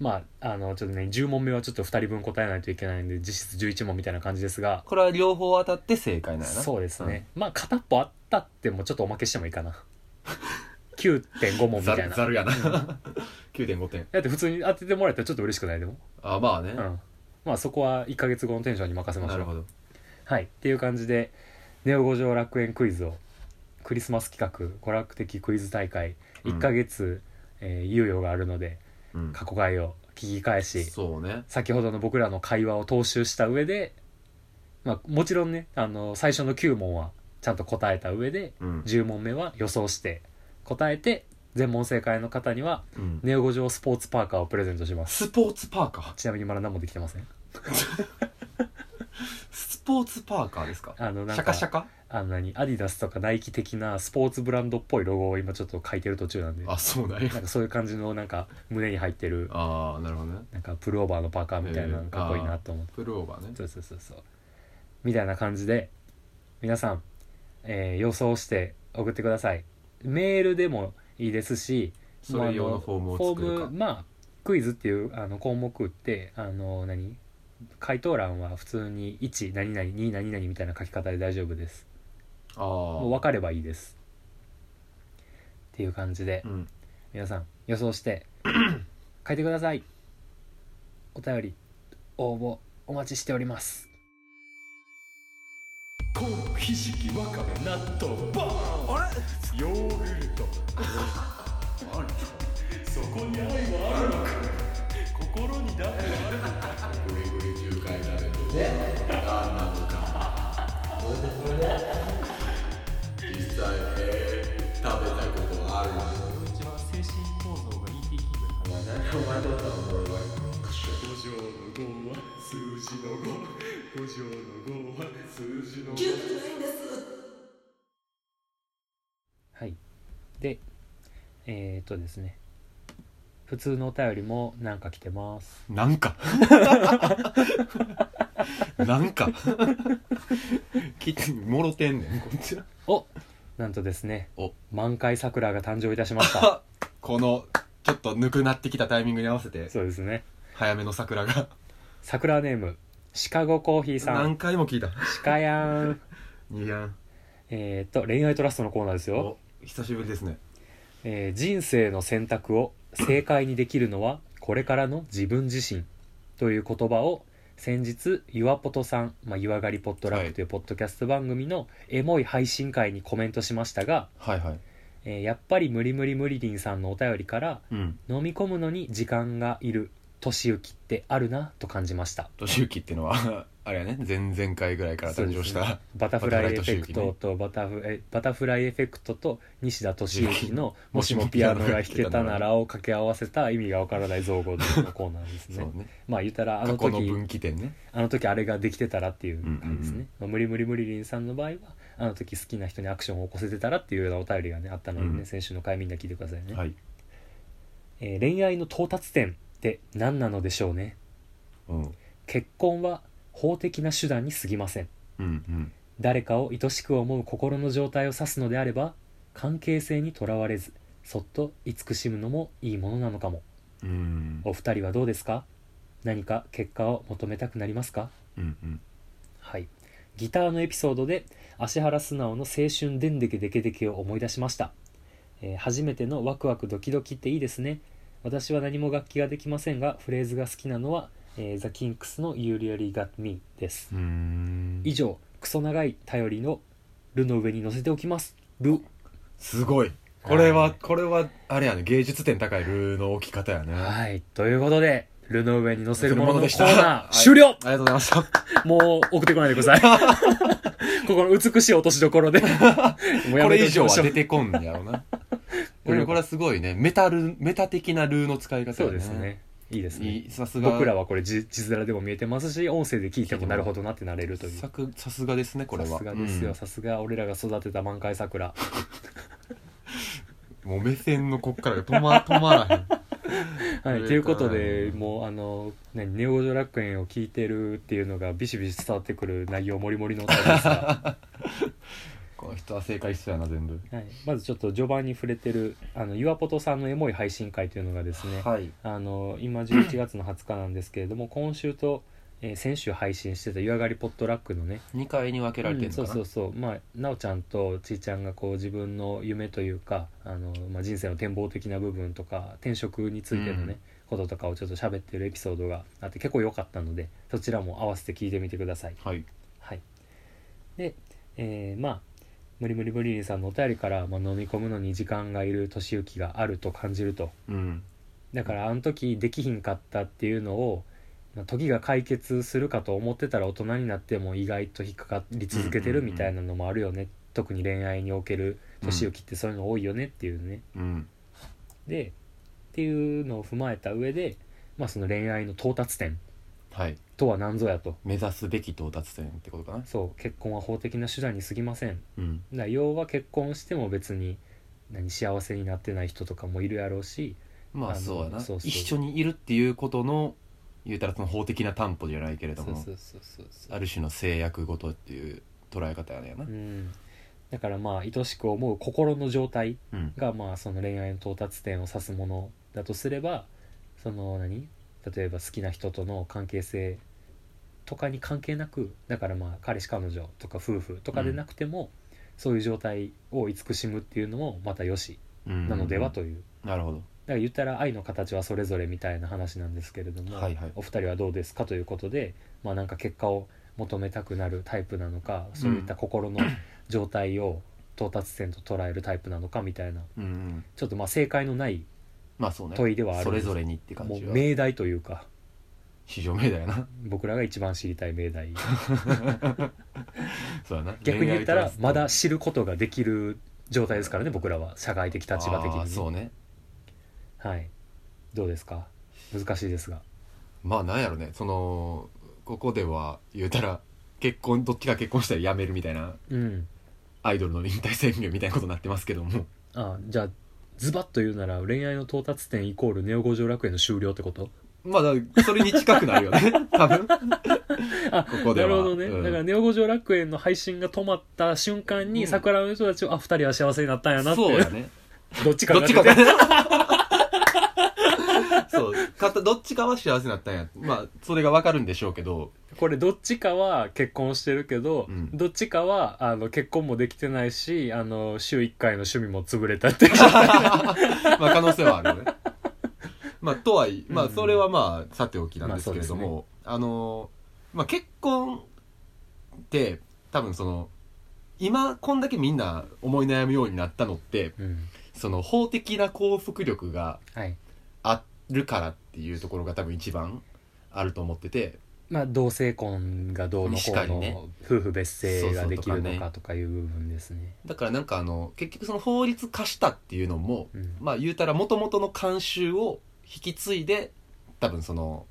[SPEAKER 1] まああのちょっとね10問目はちょっと2人分答えないといけないんで実質11問みたいな感じですが
[SPEAKER 2] これは両方当たって正解なんやな
[SPEAKER 1] そうですね、まあ片っぽあったってもちょっとおまけしてもいいかな 9.5問みた
[SPEAKER 2] ざ
[SPEAKER 1] い
[SPEAKER 2] る
[SPEAKER 1] な
[SPEAKER 2] ざるやな
[SPEAKER 1] うん
[SPEAKER 2] 9.5点
[SPEAKER 1] だって普通に当ててもらえたらちょっと嬉しくないでも
[SPEAKER 2] あまあね
[SPEAKER 1] う、んまあそこは1ヶ月後のテンションに任せまし
[SPEAKER 2] な
[SPEAKER 1] ょ
[SPEAKER 2] る
[SPEAKER 1] う
[SPEAKER 2] ほど
[SPEAKER 1] はいっていう感じで「ネオ五条楽園クイズを」クリスマス企画娯楽的クイズ大会
[SPEAKER 2] うん
[SPEAKER 1] 1ヶ月、えー猶予があるので
[SPEAKER 2] うん
[SPEAKER 1] 過去回を聞き返し
[SPEAKER 2] そうね
[SPEAKER 1] 先ほどの僕らの会話を踏襲した上で、まあ、もちろんねあの最初の9問はちゃんと答えた上で
[SPEAKER 2] うん、
[SPEAKER 1] 10問目は予想して答えて全問正解の方には
[SPEAKER 2] うん
[SPEAKER 1] ネオ五条スポーツパーカーをプレゼントします
[SPEAKER 2] スポーツパーカー
[SPEAKER 1] ちなみにまだ何もできてません
[SPEAKER 2] スポーツパーカーですか
[SPEAKER 1] あのなんか
[SPEAKER 2] シャカシャカ
[SPEAKER 1] あの何アディダスとかナイキ的なスポーツブランドっぽいロゴを今ちょっと書いてる途中なんで
[SPEAKER 2] あそうなんや
[SPEAKER 1] なんかそういう感じのなんか胸に入ってる
[SPEAKER 2] ああなるほどね
[SPEAKER 1] なんかプルオーバーのパーカーみたいなのかっこいいなと思って
[SPEAKER 2] プルオーバーね
[SPEAKER 1] そうそうそうそうみたいな感じで皆さん、えー予想して送ってくださいメールでもいいですし
[SPEAKER 2] それ用のフォームを作る
[SPEAKER 1] まああのフォ
[SPEAKER 2] か
[SPEAKER 1] ームまあクイズっていうあの項目ってあの何回答欄は普通に1何々2何々みたいな書き方で大丈夫です
[SPEAKER 2] ああ
[SPEAKER 1] もう分かればいいですっていう感じで
[SPEAKER 2] うん
[SPEAKER 1] 皆さん予想して 書いてくださいお便り応募お待ちしております
[SPEAKER 3] コーンひじきわかめ納豆バーンあれヨーグルトあれそこに愛はあるのか心にだってあるのかグリグリ9回食べてね何なのか実際食べたことあるの一番精神構造が ET 気分かな何かお前どうだろう五条の五は数字の五五条の五は数字の五
[SPEAKER 1] はい。で、えー、っとですね。普通のお便りもなんか来てます。
[SPEAKER 2] なんかなんかきもろてんねんこっちは
[SPEAKER 1] おなんとですね
[SPEAKER 2] お、
[SPEAKER 1] 満開桜が誕生いたしま した。
[SPEAKER 2] あこのちょっとぬくなってきたタイミングに合わせて
[SPEAKER 1] そうですね。
[SPEAKER 2] 早めの桜が
[SPEAKER 1] 桜ネーム、シカゴコーヒーさ
[SPEAKER 2] 何
[SPEAKER 1] ん、
[SPEAKER 2] 回も聞いた
[SPEAKER 1] シカヤン。
[SPEAKER 2] いやん
[SPEAKER 1] えー、っと、恋愛トラストのコーナーですよ。
[SPEAKER 2] お久しぶりですね
[SPEAKER 1] えー人生の選択を正解にできるのはこれからの自分自身という言葉を先日岩ポトさん「まあ、岩狩りポットラック」というポッドキャスト番組のエモい配信会にコメントしましたが、
[SPEAKER 2] はいはい
[SPEAKER 1] えーやっぱり無理無理無理りんさんのお便りから
[SPEAKER 2] うん
[SPEAKER 1] 飲み込むのに時間がいる年行きってあるなと感じました
[SPEAKER 2] 年行きっていうのは あれやね前々回ぐらいから誕生し
[SPEAKER 1] そうです
[SPEAKER 2] た
[SPEAKER 1] ねバタフライエフェク
[SPEAKER 2] バタフライ
[SPEAKER 1] トとバタフえバタフライエフェクトと西田敏行の「 も
[SPEAKER 2] も
[SPEAKER 1] し
[SPEAKER 2] し
[SPEAKER 1] も
[SPEAKER 2] も
[SPEAKER 1] ピ
[SPEAKER 2] ピ
[SPEAKER 1] ア
[SPEAKER 2] ア
[SPEAKER 1] ノ
[SPEAKER 2] ノ
[SPEAKER 1] が
[SPEAKER 2] が
[SPEAKER 1] 弾
[SPEAKER 2] 弾
[SPEAKER 1] け
[SPEAKER 2] け
[SPEAKER 1] た
[SPEAKER 2] た
[SPEAKER 1] な
[SPEAKER 2] な
[SPEAKER 1] ら」を掛け合わせた意味がわからない造語のコーナーですね
[SPEAKER 2] そうね
[SPEAKER 1] まあ言ったらあの
[SPEAKER 2] 過去の
[SPEAKER 1] 時
[SPEAKER 2] 分岐点ね
[SPEAKER 1] あの時あれができてたらっていう感じですね、
[SPEAKER 2] うんうんうん
[SPEAKER 1] まあ無理無理無理りんさんの場合はあの時好きな人にアクションを起こせてたらっていうようなお便りがねあったのでね、
[SPEAKER 2] うん
[SPEAKER 1] 先週の回みんな聞いてくださいね、
[SPEAKER 2] はい、
[SPEAKER 1] えー恋愛の到達点って何なのでしょうね
[SPEAKER 2] うん、うん
[SPEAKER 1] 結婚は法的な手段に過ぎません
[SPEAKER 2] うん
[SPEAKER 1] 誰かを愛しく思う心の状態を指すのであれば関係性にとらわれずそっと慈しむのもいいものなのかも
[SPEAKER 2] うん
[SPEAKER 1] お二人はどうですか何か結果を求めたくなりますか
[SPEAKER 2] うんうん
[SPEAKER 1] はいギターのエピソードで芦原素直の「青春でんでけでけでけ」を思い出しました、えー初めてのワクワクドキドキっていいですね私は何も楽器ができませんがフレーズが好きなのは、えー、ザ・キンクスの「You Really Got Me」です
[SPEAKER 2] うーん
[SPEAKER 1] 以上クソ長い頼りのルの上に載せておきますル
[SPEAKER 2] すごいこれは、
[SPEAKER 1] はい
[SPEAKER 2] これはあれやね芸術点高いルーの置き方やねあ
[SPEAKER 1] はいということでルの上に載せるもののコ
[SPEAKER 2] 載せる
[SPEAKER 1] ー
[SPEAKER 2] も
[SPEAKER 1] ナ
[SPEAKER 2] のでした
[SPEAKER 1] ー
[SPEAKER 2] はい
[SPEAKER 1] 終了
[SPEAKER 2] りがとうございま した
[SPEAKER 1] もう送ってこないでください ここの美しい落としどこ ろでもうや
[SPEAKER 2] こ
[SPEAKER 1] め
[SPEAKER 2] れ
[SPEAKER 1] てお
[SPEAKER 2] 以
[SPEAKER 1] き
[SPEAKER 2] 上
[SPEAKER 1] ま
[SPEAKER 2] は
[SPEAKER 1] しょう
[SPEAKER 2] 出てこんねや ろな
[SPEAKER 1] これ
[SPEAKER 2] でもこれはすごいねメタルメタ的なルーの使い方やね
[SPEAKER 1] そうですねいいですね
[SPEAKER 2] いいさすが
[SPEAKER 1] 僕らはこれ字字面でも見えてますし音声で聞いてもなるほどなってなれるという
[SPEAKER 2] さくさすがですねこれは
[SPEAKER 1] さすがですよ、
[SPEAKER 2] うん
[SPEAKER 1] さすが俺らが育てた満開 桜
[SPEAKER 2] もう目線のこっから が止ま止まらへん
[SPEAKER 1] はい、
[SPEAKER 2] 上
[SPEAKER 1] ということ
[SPEAKER 2] か
[SPEAKER 1] で
[SPEAKER 2] ら
[SPEAKER 1] もうあの、ね、ネオ・ジョ楽園を聞いてるっていうのがビシビシ伝わってくる内容もりもりのお便りです が、
[SPEAKER 2] この人は正解しそうやな全部
[SPEAKER 1] はい、まずちょっと序盤に触れてるあの岩本さんのエモい配信会というのがですね、
[SPEAKER 2] はい
[SPEAKER 1] あの今11月の20日なんですけれども今週と、えー先週配信してた「湯上がりポットラック」のね
[SPEAKER 2] 2回に分けられてる
[SPEAKER 1] うん
[SPEAKER 2] のか
[SPEAKER 1] そう
[SPEAKER 2] な、
[SPEAKER 1] そうそうまあ奈緒ちゃんとちいちゃんがこう自分の夢というかあの、まあ、人生の展望的な部分とか転職についてのね、
[SPEAKER 2] うん
[SPEAKER 1] こととかをちょっと喋ってるエピソードがあって結構良かったのでそちらも合わせて聞いてみてください。
[SPEAKER 2] はい
[SPEAKER 1] はい、で、えーまあ無理無理無理にさんのお便りから、まあ、飲み込むのに時間がいる年行きがあると感じると
[SPEAKER 2] うん
[SPEAKER 1] だからあの時できひんかったっていうのをまあ時が解決するかと思ってたら大人になっても意外と引っかかり続けてるみたいなのもあるよね、特に恋愛における年を切ってそういうの多いよねっていうね、
[SPEAKER 2] うん
[SPEAKER 1] でっていうのを踏まえた上で、まあ、その恋愛の到達点
[SPEAKER 2] はい
[SPEAKER 1] とは何ぞやと
[SPEAKER 2] 目指すべき到達点ってことかな
[SPEAKER 1] そう結婚は法的な手段に過ぎません
[SPEAKER 2] うん
[SPEAKER 1] だから要は結婚しても別に何幸せになってない人とかもいるやろうし
[SPEAKER 2] ま
[SPEAKER 1] あ
[SPEAKER 2] あ
[SPEAKER 1] の
[SPEAKER 2] そうやな
[SPEAKER 1] そうそう
[SPEAKER 2] 一緒にいるっていうことの言うたらその法的な担保じゃないけれども
[SPEAKER 1] そうそうそうそう
[SPEAKER 2] ある種の制約ごとっていう捉え方やねんやな
[SPEAKER 1] うん、だからまあ愛しく思う心の状態
[SPEAKER 2] うん
[SPEAKER 1] がまあその恋愛の到達点を指すものだとすればその何例えば好きな人との関係性とかに関係なくだからまあ彼氏彼女とか夫婦とかでなくても、そういう状態を慈しむっていうのもまたよし
[SPEAKER 2] うん
[SPEAKER 1] なのではという、
[SPEAKER 2] なるほど
[SPEAKER 1] だから言ったら愛の形はそれぞれみたいな話なんですけれども、
[SPEAKER 2] はいはい
[SPEAKER 1] お二人はどうですかということで、まあ、なんか結果を求めたくなるタイプなのかそういった心の状態を到達点と捉えるタイプなのかみたいな
[SPEAKER 2] うんうん
[SPEAKER 1] ちょっとまあ正解のない
[SPEAKER 2] まあそうね
[SPEAKER 1] 問いではある
[SPEAKER 2] そ
[SPEAKER 1] んで
[SPEAKER 2] れ
[SPEAKER 1] す
[SPEAKER 2] ぞれにって感
[SPEAKER 1] も
[SPEAKER 2] じ
[SPEAKER 1] う
[SPEAKER 2] は
[SPEAKER 1] 命題というか
[SPEAKER 2] 市場名だよな
[SPEAKER 1] 僕らが一番知りたい命題
[SPEAKER 2] そうやな
[SPEAKER 1] 逆に言った
[SPEAKER 2] 恋
[SPEAKER 1] ら
[SPEAKER 2] 愛と
[SPEAKER 1] まだ知ることができる状態ですからね僕らは社会的立場的にね
[SPEAKER 2] あーそうね
[SPEAKER 1] はいどうですか難しいですが
[SPEAKER 2] まあなんやろねそのここでは言うたら結婚どっちが結婚したらやめるみたいな
[SPEAKER 1] うん
[SPEAKER 2] アイドルの引退宣言みたいなことになってますけども
[SPEAKER 1] あじゃあズバッと言うなら恋愛の到達点イコールネオ五条楽園の終了ってこと
[SPEAKER 2] まあだからそれに近くなる よね多分
[SPEAKER 1] あ
[SPEAKER 2] ここで
[SPEAKER 1] な
[SPEAKER 2] は
[SPEAKER 1] るほどね、
[SPEAKER 2] うん
[SPEAKER 1] だからネオ五条楽園の配信が止まった瞬間に、
[SPEAKER 2] うん
[SPEAKER 1] 桜の人たちをあ二人は幸せになったんやなって
[SPEAKER 2] そうやね
[SPEAKER 1] どっちか
[SPEAKER 2] ど
[SPEAKER 1] が
[SPEAKER 2] っちかが そうかたどっちかは幸せになったんやまあそれがわかるんでしょうけど
[SPEAKER 1] これどっちかは結婚してるけど、
[SPEAKER 2] うん
[SPEAKER 1] どっちかはあの結婚もできてないしあの週1回の趣味も潰れたっていう
[SPEAKER 2] まあ可能性はあるよね。まあとはいえ、ま
[SPEAKER 1] う
[SPEAKER 2] あ
[SPEAKER 1] ん
[SPEAKER 2] それはまあさておきなんですけれども、あのー、まあ結婚って多分その、今こんだけみんな思い悩むようになったのって
[SPEAKER 1] うん
[SPEAKER 2] その法的な幸福力が
[SPEAKER 1] はい
[SPEAKER 2] あるからっていうところが多分一番あると思ってて
[SPEAKER 1] まあ同性婚がどうのこう
[SPEAKER 2] 確かにね
[SPEAKER 1] の夫婦別姓ができる
[SPEAKER 2] そうそ
[SPEAKER 1] の
[SPEAKER 2] うとか
[SPEAKER 1] かとかいう部分ですね
[SPEAKER 2] だからなんかあの結局その法律化したっていうのも、
[SPEAKER 1] うん
[SPEAKER 2] まあ言うたら元々の慣習を引き継いで多分その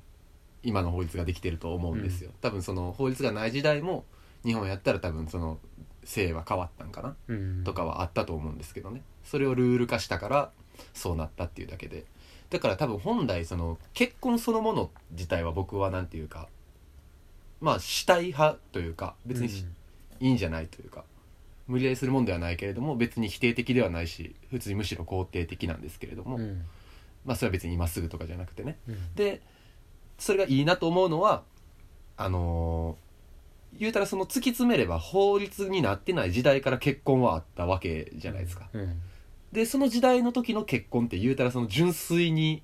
[SPEAKER 2] 今の法律ができてると思うんですよ、多分その法律がない時代も日本やったら多分その性は変わったんかな
[SPEAKER 1] うん
[SPEAKER 2] とかはあったと思うんですけどねそれをルール化したからそうなったっていうだけでだから多分本来その結婚そのもの自体は僕はなんていうかまあしたい派というか別にしいいんじゃないというか無理やりするもんではないけれども別に否定的ではないし普通にむしろ肯定的なんですけれども、
[SPEAKER 1] うんうん
[SPEAKER 2] まあそれは別に今すぐとかじゃなくてね
[SPEAKER 1] うん
[SPEAKER 2] でそれがいいなと思うのはあのー言うたらその突き詰めれば法律になってない時代から結婚はあったわけじゃないですか。
[SPEAKER 1] うん
[SPEAKER 2] でその時代の時の結婚って言うたらその純粋に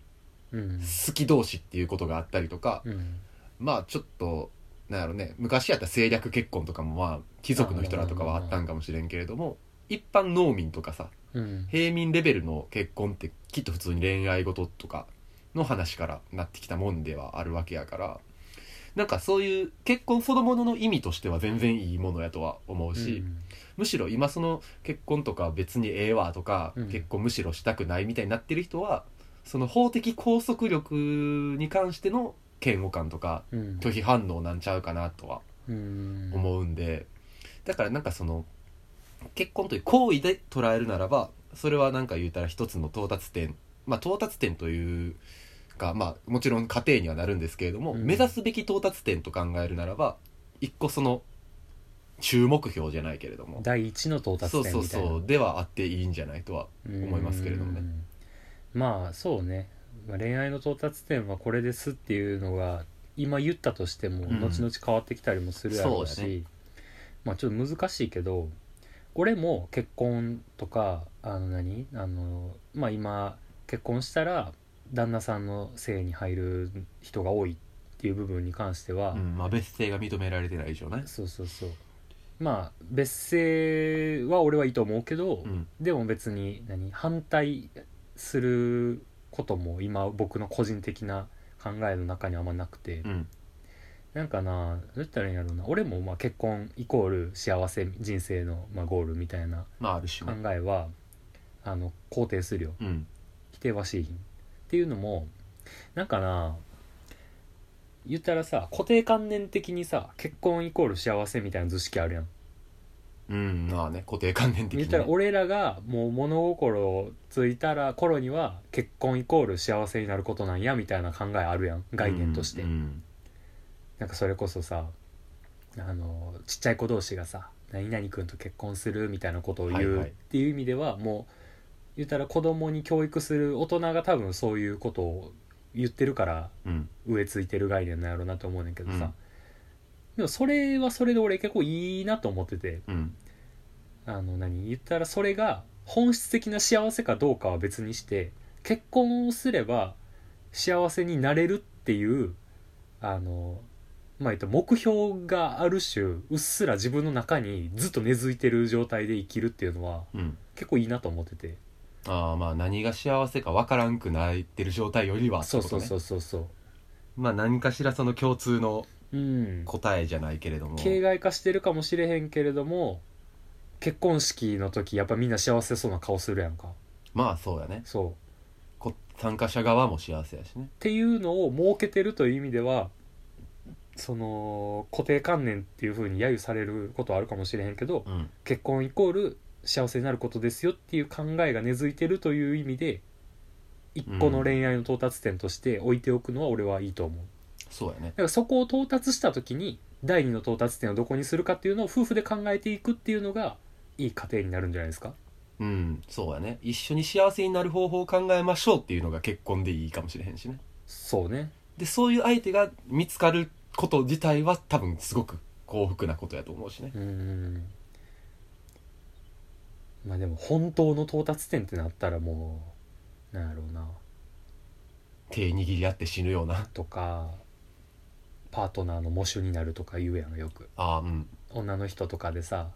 [SPEAKER 1] うん
[SPEAKER 2] 好き同士っていうことがあったりとか、
[SPEAKER 1] うん
[SPEAKER 2] まあちょっとなんやろね昔やったら政略結婚とかもまあ貴族の人らとかはあったんかもしれんけれども一般農民とかさ
[SPEAKER 1] うん
[SPEAKER 2] 平民レベルの結婚ってきっと普通に恋愛事とかの話からなってきたもんではあるわけやからなんかそういう結婚そのものの意味としては全然いいものやとは思うし、むしろ今その結婚とか別にええわとか、
[SPEAKER 1] うん
[SPEAKER 2] 結婚むしろしたくないみたいになってる人はその法的拘束力に関しての嫌悪感とか
[SPEAKER 1] うん
[SPEAKER 2] 拒否反応なんちゃうかなとは
[SPEAKER 1] うん
[SPEAKER 2] 思うんで、だからなんかその結婚という行為で捉えるならばそれはなんか言うたら一つの到達点まあ到達点というかまあもちろん過程にはなるんですけれども、
[SPEAKER 1] うん
[SPEAKER 2] 目指すべき到達点と考えるならば一個その中目標じゃないけれども
[SPEAKER 1] 第一の到達
[SPEAKER 2] そう
[SPEAKER 1] 点みたいな
[SPEAKER 2] そうそうではあっていいんじゃないとは思いますけれどもね
[SPEAKER 1] うんまあそうねまあ恋愛の到達点はこれですっていうのが今言ったとしても
[SPEAKER 2] うん
[SPEAKER 1] 後々変わってきたりもするやろうし、
[SPEAKER 2] そうね
[SPEAKER 1] まあちょっと難しいけど俺も結婚とかあの何あのまあ今結婚したら旦那さんの性に入る人が多いっていう部分に関しては、
[SPEAKER 2] うんまあ、別姓が認められてない以上ね、
[SPEAKER 1] そうそうそうまあ別姓は俺はいいと思うけど、
[SPEAKER 2] うん、
[SPEAKER 1] でも別に何反対することも今僕の個人的な考えの中にはあんまなくて、
[SPEAKER 2] うん
[SPEAKER 1] なんかなどうやったらいいんやろうな俺もまあ結婚イコール幸せ人生のまあゴールみたいな
[SPEAKER 2] まあある種
[SPEAKER 1] 考
[SPEAKER 2] ね
[SPEAKER 1] えは、あの肯定するよ
[SPEAKER 2] うん
[SPEAKER 1] 否定はしいひんっていうのもなんかな言ったらさ固定観念的にさ結婚イコール幸せみたいな図式あるやん
[SPEAKER 2] うんまあね固定観念的
[SPEAKER 1] 言
[SPEAKER 2] に、
[SPEAKER 1] ったら
[SPEAKER 2] ね、
[SPEAKER 1] 俺らがもう物心ついたら頃には結婚イコール幸せになることなんやみたいな考えあるやん概念として、
[SPEAKER 2] うんうん
[SPEAKER 1] なんかそれこそさあのちっちゃい子同士がさ「何々君と結婚する」みたいなことを言
[SPEAKER 2] はいうはい
[SPEAKER 1] っていう意味ではもう言ったら子供に教育する大人が多分そういうことを言ってるから
[SPEAKER 2] うん
[SPEAKER 1] 植えついてる概念なんやろうなと思うねんけどさ、
[SPEAKER 2] うん
[SPEAKER 1] でもそれはそれで俺結構いいなと思ってて
[SPEAKER 2] うん
[SPEAKER 1] あの何言ったらそれが本質的な幸せかどうかは別にして結婚をすれば幸せになれるっていうあのまあ言うと目標がある種うっすら自分の中にずっと根付いてる状態で生きるっていうのは
[SPEAKER 2] うん
[SPEAKER 1] 結構いいなと思ってて
[SPEAKER 2] ああまあ何が幸せか分からんくなってる状態よりは
[SPEAKER 1] そうそう
[SPEAKER 2] ってこと
[SPEAKER 1] そ
[SPEAKER 2] ね
[SPEAKER 1] うそうそう
[SPEAKER 2] まあ何かしらその共通の
[SPEAKER 1] うん
[SPEAKER 2] 答えじゃないけれども
[SPEAKER 1] 形骸化してるかもしれへんけれども結婚式の時やっぱみんな幸せそうな顔するやんか
[SPEAKER 2] まあそうやね
[SPEAKER 1] そう
[SPEAKER 2] こ参加者側も幸せやしね
[SPEAKER 1] っていうのを設けてるという意味ではその固定観念っていう風に揶揄されることはあるかもしれへんけど
[SPEAKER 2] うん
[SPEAKER 1] 結婚イコール幸せになることですよっていう考えが根付いてるという意味で一個の恋愛の到達点として置いておくのは俺はいいと思う
[SPEAKER 2] そうやね
[SPEAKER 1] だからそこを到達した時に第二の到達点をどこにするかっていうのを夫婦で考えていくっていうのがいい家庭になるんじゃないですか
[SPEAKER 2] うんそうやね一緒に幸せになる方法を考えましょうっていうのが結婚でいいかもしれへんしね
[SPEAKER 1] そうね
[SPEAKER 2] でそういう相手が見つかること自体は多分すごく幸福なことやと思うしね
[SPEAKER 1] うーんまあでも本当の到達点ってなったらもうなんやろうな
[SPEAKER 2] 手握り合って死ぬような
[SPEAKER 1] とかパートナーの喪主になるとか言うやんよく
[SPEAKER 2] ああうん
[SPEAKER 1] 女の人とかでさ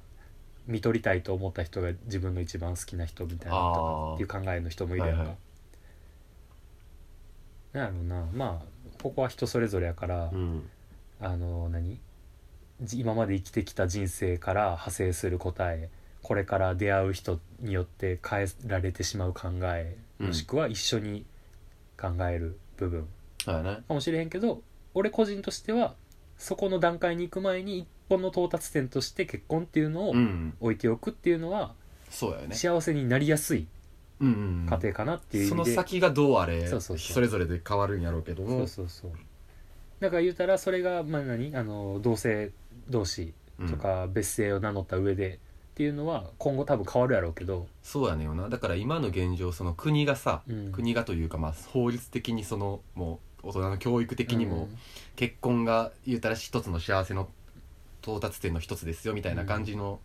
[SPEAKER 1] 見取りたいと思った人が自分の一番好きな人みたいなとかっていう考えの人もいるやんか、
[SPEAKER 2] はいはい
[SPEAKER 1] なんやろうなまあここは人それぞれやから、
[SPEAKER 2] うん
[SPEAKER 1] あの何じ今まで生きてきた人生から派生する答えこれから出会う人によって変えられてしまう考え、
[SPEAKER 2] うん
[SPEAKER 1] もしくは一緒に考える部分
[SPEAKER 2] そうやね
[SPEAKER 1] かもしれへんけど俺個人としてはそこの段階に行く前に一本の到達点として結婚っていうのを
[SPEAKER 2] うん
[SPEAKER 1] 置いておくっていうのは、
[SPEAKER 2] そうやよね
[SPEAKER 1] 幸せになりやすい
[SPEAKER 2] うんうん
[SPEAKER 1] 家庭かなっていう意
[SPEAKER 2] そ
[SPEAKER 1] 味
[SPEAKER 2] の
[SPEAKER 1] で、
[SPEAKER 2] 先がどうあれ
[SPEAKER 1] そうそうそう
[SPEAKER 2] それぞれで変わるんやろうけど
[SPEAKER 1] そ
[SPEAKER 2] も
[SPEAKER 1] うそうそうだから言うたらそれがまあ何あの同性同士
[SPEAKER 2] うん
[SPEAKER 1] とか別姓を名乗った上でっていうのは今後多分変わるやろうけど、
[SPEAKER 2] そうやねんよなだから今の現状その国がさ、
[SPEAKER 1] うん
[SPEAKER 2] 国がというかまあ法律的にそのもう大人の教育的にも結婚が言うたら一つの幸せの到達点の一つですよみたいな感じの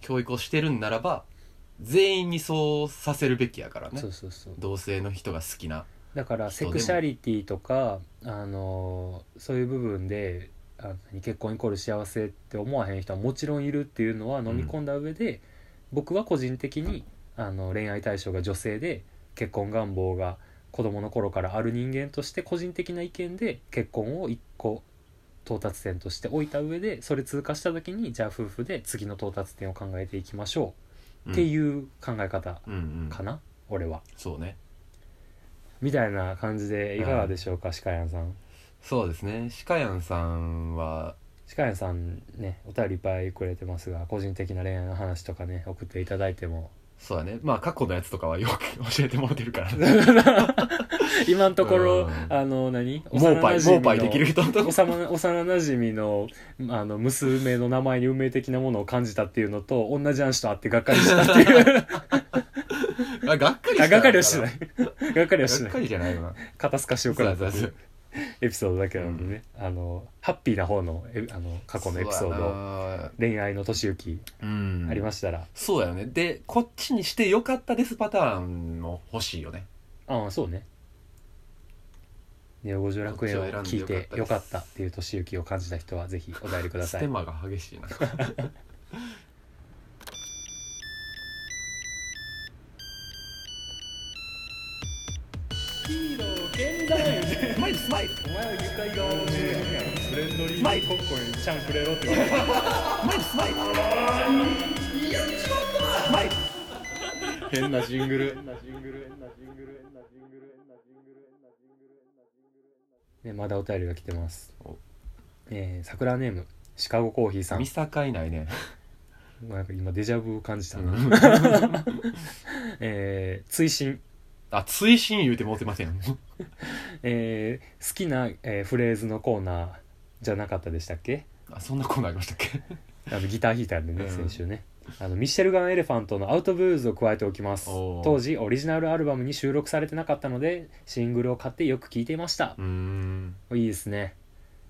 [SPEAKER 2] 教育をしてるんならば全員にそうさせるべきやから
[SPEAKER 1] うん
[SPEAKER 2] ね
[SPEAKER 1] そうそうそう
[SPEAKER 2] 同性の人が好きな
[SPEAKER 1] だから
[SPEAKER 2] 人で
[SPEAKER 1] セ
[SPEAKER 2] も
[SPEAKER 1] クシャリティとかあのそういう部分であの結婚イコール幸せって思わへん人はもちろんいるっていうのは飲み込んだ上で、僕は個人的にあの恋愛対象が女性で結婚願望が子供の頃からある人間として個人的な意見で結婚を一個到達点として置いた上でそれ通過した時にじゃあ夫婦で次の到達点を考えていきましょうって
[SPEAKER 2] う
[SPEAKER 1] いう考え方
[SPEAKER 2] ん、うんうん
[SPEAKER 1] かな、俺は。
[SPEAKER 2] そうね
[SPEAKER 1] みたいな感じでいかがでしょうか、シカヤンさん。
[SPEAKER 2] そうですねシカヤンさんは
[SPEAKER 1] シカヤンさんね、お便りいっぱいくれてますが、個人的な恋愛の話とかね、送っていただいても、
[SPEAKER 2] そうだねまあ過去のやつとかはよく教えてもらってるから ね
[SPEAKER 1] 今のとこ
[SPEAKER 2] う
[SPEAKER 1] ろ、
[SPEAKER 2] ん
[SPEAKER 1] あの、何
[SPEAKER 2] もう
[SPEAKER 1] 幼
[SPEAKER 2] パイ
[SPEAKER 1] 馴染
[SPEAKER 2] も
[SPEAKER 1] の
[SPEAKER 2] うパイできる人 のとこ
[SPEAKER 1] 幼幼なじみのあの娘の名前に運命的なものを感じたっていうのと同じ話と会ってがっかりした っていう
[SPEAKER 2] あがっかり
[SPEAKER 1] あがっかりはし
[SPEAKER 2] してて
[SPEAKER 1] な
[SPEAKER 2] ない
[SPEAKER 1] がっかりはし
[SPEAKER 2] が
[SPEAKER 1] て
[SPEAKER 2] っ
[SPEAKER 1] な
[SPEAKER 2] か
[SPEAKER 1] い
[SPEAKER 2] りじゃないよな
[SPEAKER 1] 肩透かしをく
[SPEAKER 2] そ
[SPEAKER 1] らっ
[SPEAKER 2] う
[SPEAKER 1] た
[SPEAKER 2] そうそう
[SPEAKER 1] エピソードだけなんでね、あのハッピーな方のえあの過去のエピソード
[SPEAKER 2] ド
[SPEAKER 1] 恋愛の年行き
[SPEAKER 2] うん
[SPEAKER 1] ありましたら、
[SPEAKER 2] そうやよねでこっちにしてよかったですパターンも欲しいよね
[SPEAKER 1] ああそうねネオ50楽園を聞いてよかったっていう年行きを感じた人はぜひお便りくだ
[SPEAKER 2] ス
[SPEAKER 1] さ
[SPEAKER 2] テ
[SPEAKER 1] い
[SPEAKER 2] マが激しいな
[SPEAKER 1] お前は愉快顔をしてるやろフレンドリーマイコッコにちゃんくれろって言われた
[SPEAKER 2] 変なジングル
[SPEAKER 1] ねまだお便りが来てます
[SPEAKER 2] お
[SPEAKER 1] えー、桜ネームシカゴコーヒーさん
[SPEAKER 2] 見境ない ね
[SPEAKER 1] なんか今デジャブを感じたな、えー、追伸
[SPEAKER 2] あ追伸言うてもうてません
[SPEAKER 1] えー好きな、えーフレーズのコーナーじゃなかったでしたっけ
[SPEAKER 2] あそんなコーナーありましたっけ
[SPEAKER 1] あのギター弾いたんで
[SPEAKER 2] う
[SPEAKER 1] ね
[SPEAKER 2] ん
[SPEAKER 1] 先週ね、あのミシェルガン・エレファントの「アウトブーズ」を加えておきます
[SPEAKER 2] おー
[SPEAKER 1] 当時オリジナルアルバムに収録されてなかったのでシングルを買ってよく聴いていました
[SPEAKER 2] うーん
[SPEAKER 1] いいですね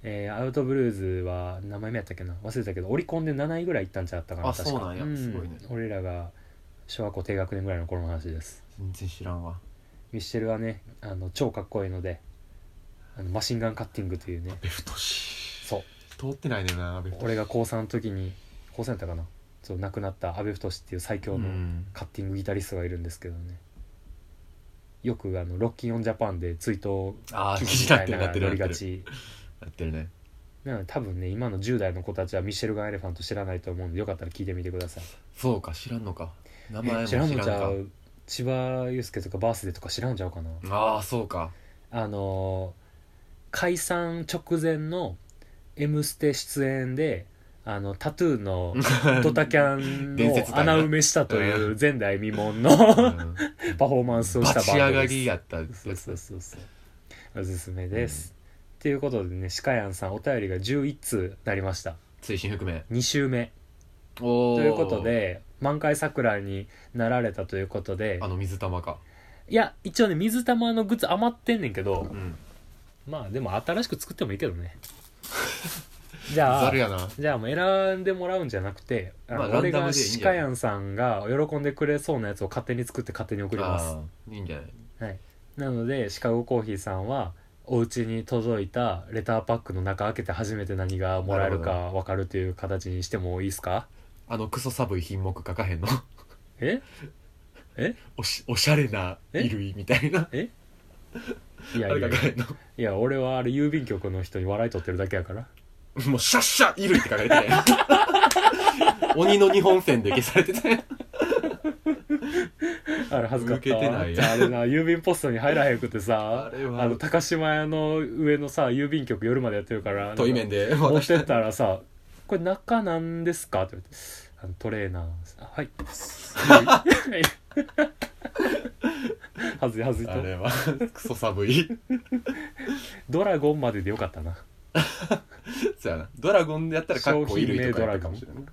[SPEAKER 1] えーアウトブルーズは何枚目やったっけな忘れたけどオリコンで7位ぐらいいったんちゃったかな
[SPEAKER 2] あ
[SPEAKER 1] 確か
[SPEAKER 2] そうなんやすごいね
[SPEAKER 1] 俺らが小学校低学年ぐらいの頃の話です
[SPEAKER 2] 全然知らんわ
[SPEAKER 1] ミシェルはねあの超かっこいいのであのマシンガンカッティングというね
[SPEAKER 2] ベフトシ
[SPEAKER 1] そう
[SPEAKER 2] 通ってないねんなベフトシ
[SPEAKER 1] 俺が高3の時に高3やったかなそう亡くなった阿部太っていう最強の
[SPEAKER 2] うん
[SPEAKER 1] カッティングギタリストがいるんですけどねよくあのロッキンオンジャパンで追悼
[SPEAKER 2] ああ
[SPEAKER 1] 記
[SPEAKER 2] 気
[SPEAKER 1] 事
[SPEAKER 2] になっ
[SPEAKER 1] み
[SPEAKER 2] て
[SPEAKER 1] たいな
[SPEAKER 2] るなって
[SPEAKER 1] の
[SPEAKER 2] る
[SPEAKER 1] やり
[SPEAKER 2] なっ
[SPEAKER 1] が
[SPEAKER 2] てる
[SPEAKER 1] ち
[SPEAKER 2] なってるね
[SPEAKER 1] なので多分ね今の10代の子たちはミシェルガン・エレファント知らないと思うんでよかったら聞いてみてください
[SPEAKER 2] そうか知らんのか名前
[SPEAKER 1] え
[SPEAKER 2] も
[SPEAKER 1] 知
[SPEAKER 2] 知
[SPEAKER 1] ら
[SPEAKER 2] ら
[SPEAKER 1] ん
[SPEAKER 2] ん
[SPEAKER 1] のちゃ
[SPEAKER 2] か
[SPEAKER 1] う千葉祐介とかバースデーとか知らんちゃうかな
[SPEAKER 2] ああそうか
[SPEAKER 1] あのー解散直前の「M ステ」出演であのタトゥーのドタキャン
[SPEAKER 2] 伝説
[SPEAKER 1] を
[SPEAKER 2] だな
[SPEAKER 1] 穴埋めしたという前代未聞
[SPEAKER 2] う
[SPEAKER 1] の
[SPEAKER 2] ん
[SPEAKER 1] パフォーマンスをし
[SPEAKER 2] バ
[SPEAKER 1] た
[SPEAKER 2] チ
[SPEAKER 1] バン
[SPEAKER 2] 上
[SPEAKER 1] ド
[SPEAKER 2] が
[SPEAKER 1] で
[SPEAKER 2] り
[SPEAKER 1] す
[SPEAKER 2] やったやつ
[SPEAKER 1] そうそうそうそうおすすめです、ということでねシカヤンさんお便りが11通なりました
[SPEAKER 2] 追伸含め
[SPEAKER 1] 2週目
[SPEAKER 2] おお
[SPEAKER 1] ということで満開桜になられたということで
[SPEAKER 2] あの水玉か
[SPEAKER 1] いや一応ね水玉のグッズ余ってんねんけど
[SPEAKER 2] うん
[SPEAKER 1] まあでも新しく作ってもいいけど ねじゃ
[SPEAKER 2] ざ
[SPEAKER 1] あ
[SPEAKER 2] るやな
[SPEAKER 1] じゃあもう選んでもらうんじゃなくて、あの
[SPEAKER 2] まあ
[SPEAKER 1] 俺
[SPEAKER 2] ランダ
[SPEAKER 1] が
[SPEAKER 2] ムでいいん
[SPEAKER 1] シ
[SPEAKER 2] じゃ
[SPEAKER 1] カ
[SPEAKER 2] ない
[SPEAKER 1] ヤンさんが喜んでくれそうなやつを勝手に作って勝手に送ります
[SPEAKER 2] あーいいんじゃない
[SPEAKER 1] はい、なのでシカゴコーヒーさんはお家に届いたレターパックの中開けて初めて何がもらえるか分かるという形にしてもいいですか
[SPEAKER 2] あのクソ寒い品目書かへんの
[SPEAKER 1] ええ
[SPEAKER 2] おしおしゃれな衣類みたいな
[SPEAKER 1] えいや
[SPEAKER 2] あ
[SPEAKER 1] い
[SPEAKER 2] れ
[SPEAKER 1] や
[SPEAKER 2] 書
[SPEAKER 1] い
[SPEAKER 2] か
[SPEAKER 1] や
[SPEAKER 2] へんの
[SPEAKER 1] いや俺はあれ郵便局の人に笑い取ってるだけやから
[SPEAKER 2] もうシャッシャ衣類って書かれてね鬼の日 本線で消されてて
[SPEAKER 1] あれ恥ずかった
[SPEAKER 2] 抜けてない
[SPEAKER 1] あれな郵便ポストに入らへんくてさ
[SPEAKER 2] あれは
[SPEAKER 1] の高島屋の上のさ郵便局夜までやってるから
[SPEAKER 2] 遠い面で
[SPEAKER 1] 持っ
[SPEAKER 2] 私
[SPEAKER 1] てったらさ「これ中なんですか?」って言われてあの「トレーナーですあはい」はずいはずいと
[SPEAKER 2] あれはクソ寒い
[SPEAKER 1] ドラゴンまででよかったな
[SPEAKER 2] そうやなドラゴンでやったらかっこ衣類とかやったかもしれない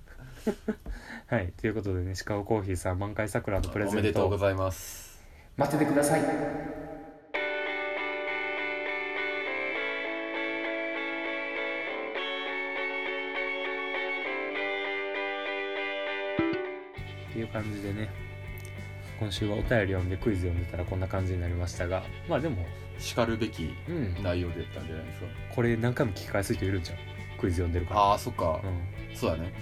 [SPEAKER 1] はいということでねシカゴコーヒーさん満開桜のプレゼント
[SPEAKER 2] おめでとうございます
[SPEAKER 1] 待っててくださいっていう感じでね今週はお便り読んでクイズ読んでたらこんな感じになりましたがまあでも
[SPEAKER 2] しかるべき
[SPEAKER 1] うん
[SPEAKER 2] 内容でやったんじゃないですか
[SPEAKER 1] これ何回も聞き返す人いるんじゃんクイズ読んでるから
[SPEAKER 2] ああそっか、
[SPEAKER 1] うん
[SPEAKER 2] そうだね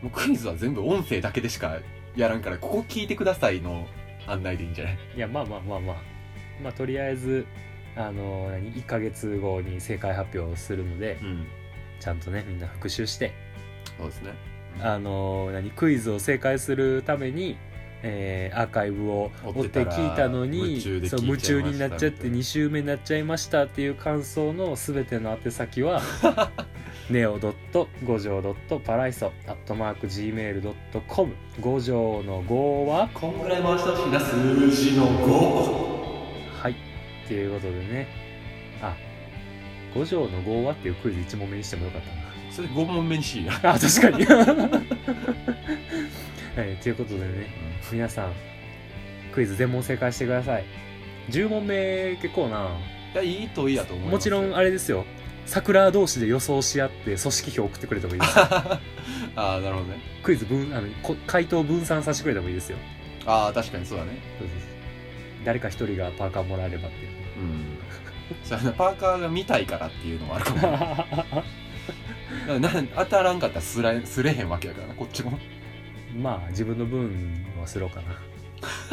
[SPEAKER 2] もうクイズは全部音声だけでしかやらんからここ聞いてくださいの案内でいいんじゃない
[SPEAKER 1] いやまあまあまあまあまあとりあえずあの何1ヶ月後に正解発表するので
[SPEAKER 2] うん
[SPEAKER 1] ちゃんとねみんな復習して
[SPEAKER 2] そうですね
[SPEAKER 1] あの何クイズを正解するために、えーアーカイブを追って聞いたのに
[SPEAKER 2] 追ってたら夢中で聞いちゃい
[SPEAKER 1] そ
[SPEAKER 2] ました
[SPEAKER 1] う夢中になっちゃって2週目になっちゃいましたっていう感想の全ての宛先 はネオドット五条ドットパライソアットマーク Gmail.com 五条の5は
[SPEAKER 2] こんぐらい回してほしいな数字の5
[SPEAKER 1] はいっていうことでねあ五条の5はっていうクイズ1問目にしてもよかったな
[SPEAKER 2] それ5問目にしいや
[SPEAKER 1] あ確か に、はい、ということでね皆さんクイズ全問正解してください10問目結構ない
[SPEAKER 2] やいいといいやと思います
[SPEAKER 1] もちろんあれですよ桜同士で予想し合って組織票送ってくれてもいいです
[SPEAKER 2] ああなるほどね
[SPEAKER 1] クイズ分あのこ回答分散させてくれてもいいですよ
[SPEAKER 2] ああ確かにそうだね
[SPEAKER 1] そうです誰か一人がパーカーもらえればって いう
[SPEAKER 2] うんそうやなパーカーが見たいからっていうのもあるか もだからな当たらんかったらすらすれへんわけやからなこっちも
[SPEAKER 1] まあ自分の分はすろうか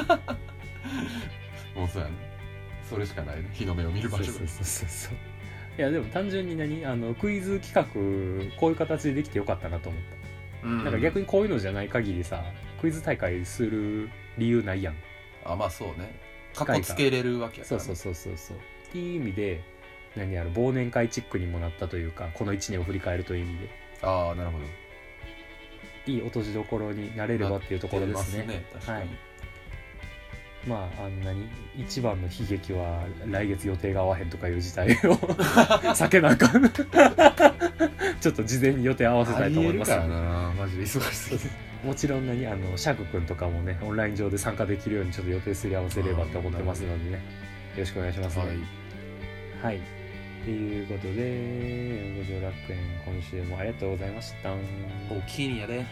[SPEAKER 1] な
[SPEAKER 2] もうそうやねそれしかないね日の目を見る場所
[SPEAKER 1] そう
[SPEAKER 2] が
[SPEAKER 1] そうそうそうそういやでも単純に何あのクイズ企画こういう形でできてよかったなと思った
[SPEAKER 2] うん
[SPEAKER 1] なんか逆にこういうのじゃない限りさクイズ大会する理由ないやん
[SPEAKER 2] あまあそうねかっこつけれるわけやか
[SPEAKER 1] そ
[SPEAKER 2] ら
[SPEAKER 1] う
[SPEAKER 2] ね、
[SPEAKER 1] そうそうそうそうっていう意味で何やろ忘年会チックにもなったというかこの1年を振り返るという意味で
[SPEAKER 2] ああなるほど
[SPEAKER 1] いい落としどころになれればっていうところですね
[SPEAKER 2] 出ます確かに、
[SPEAKER 1] はいまああんなに一番の悲劇は来月予定が合わへんとかいう事 態を避けなあかん ちょっと事前に予定合わせたいと思います
[SPEAKER 2] ありえるからなマジで忙しすぎて
[SPEAKER 1] もちろん何あのシャク君とかもねオンライン上で参加できるようにちょっと予定すり合わせればって思ってますのでねよろしくお願いしますね、
[SPEAKER 2] はい
[SPEAKER 1] はい。ということで、五条楽園、今週もありがとうございました。
[SPEAKER 2] お気にやで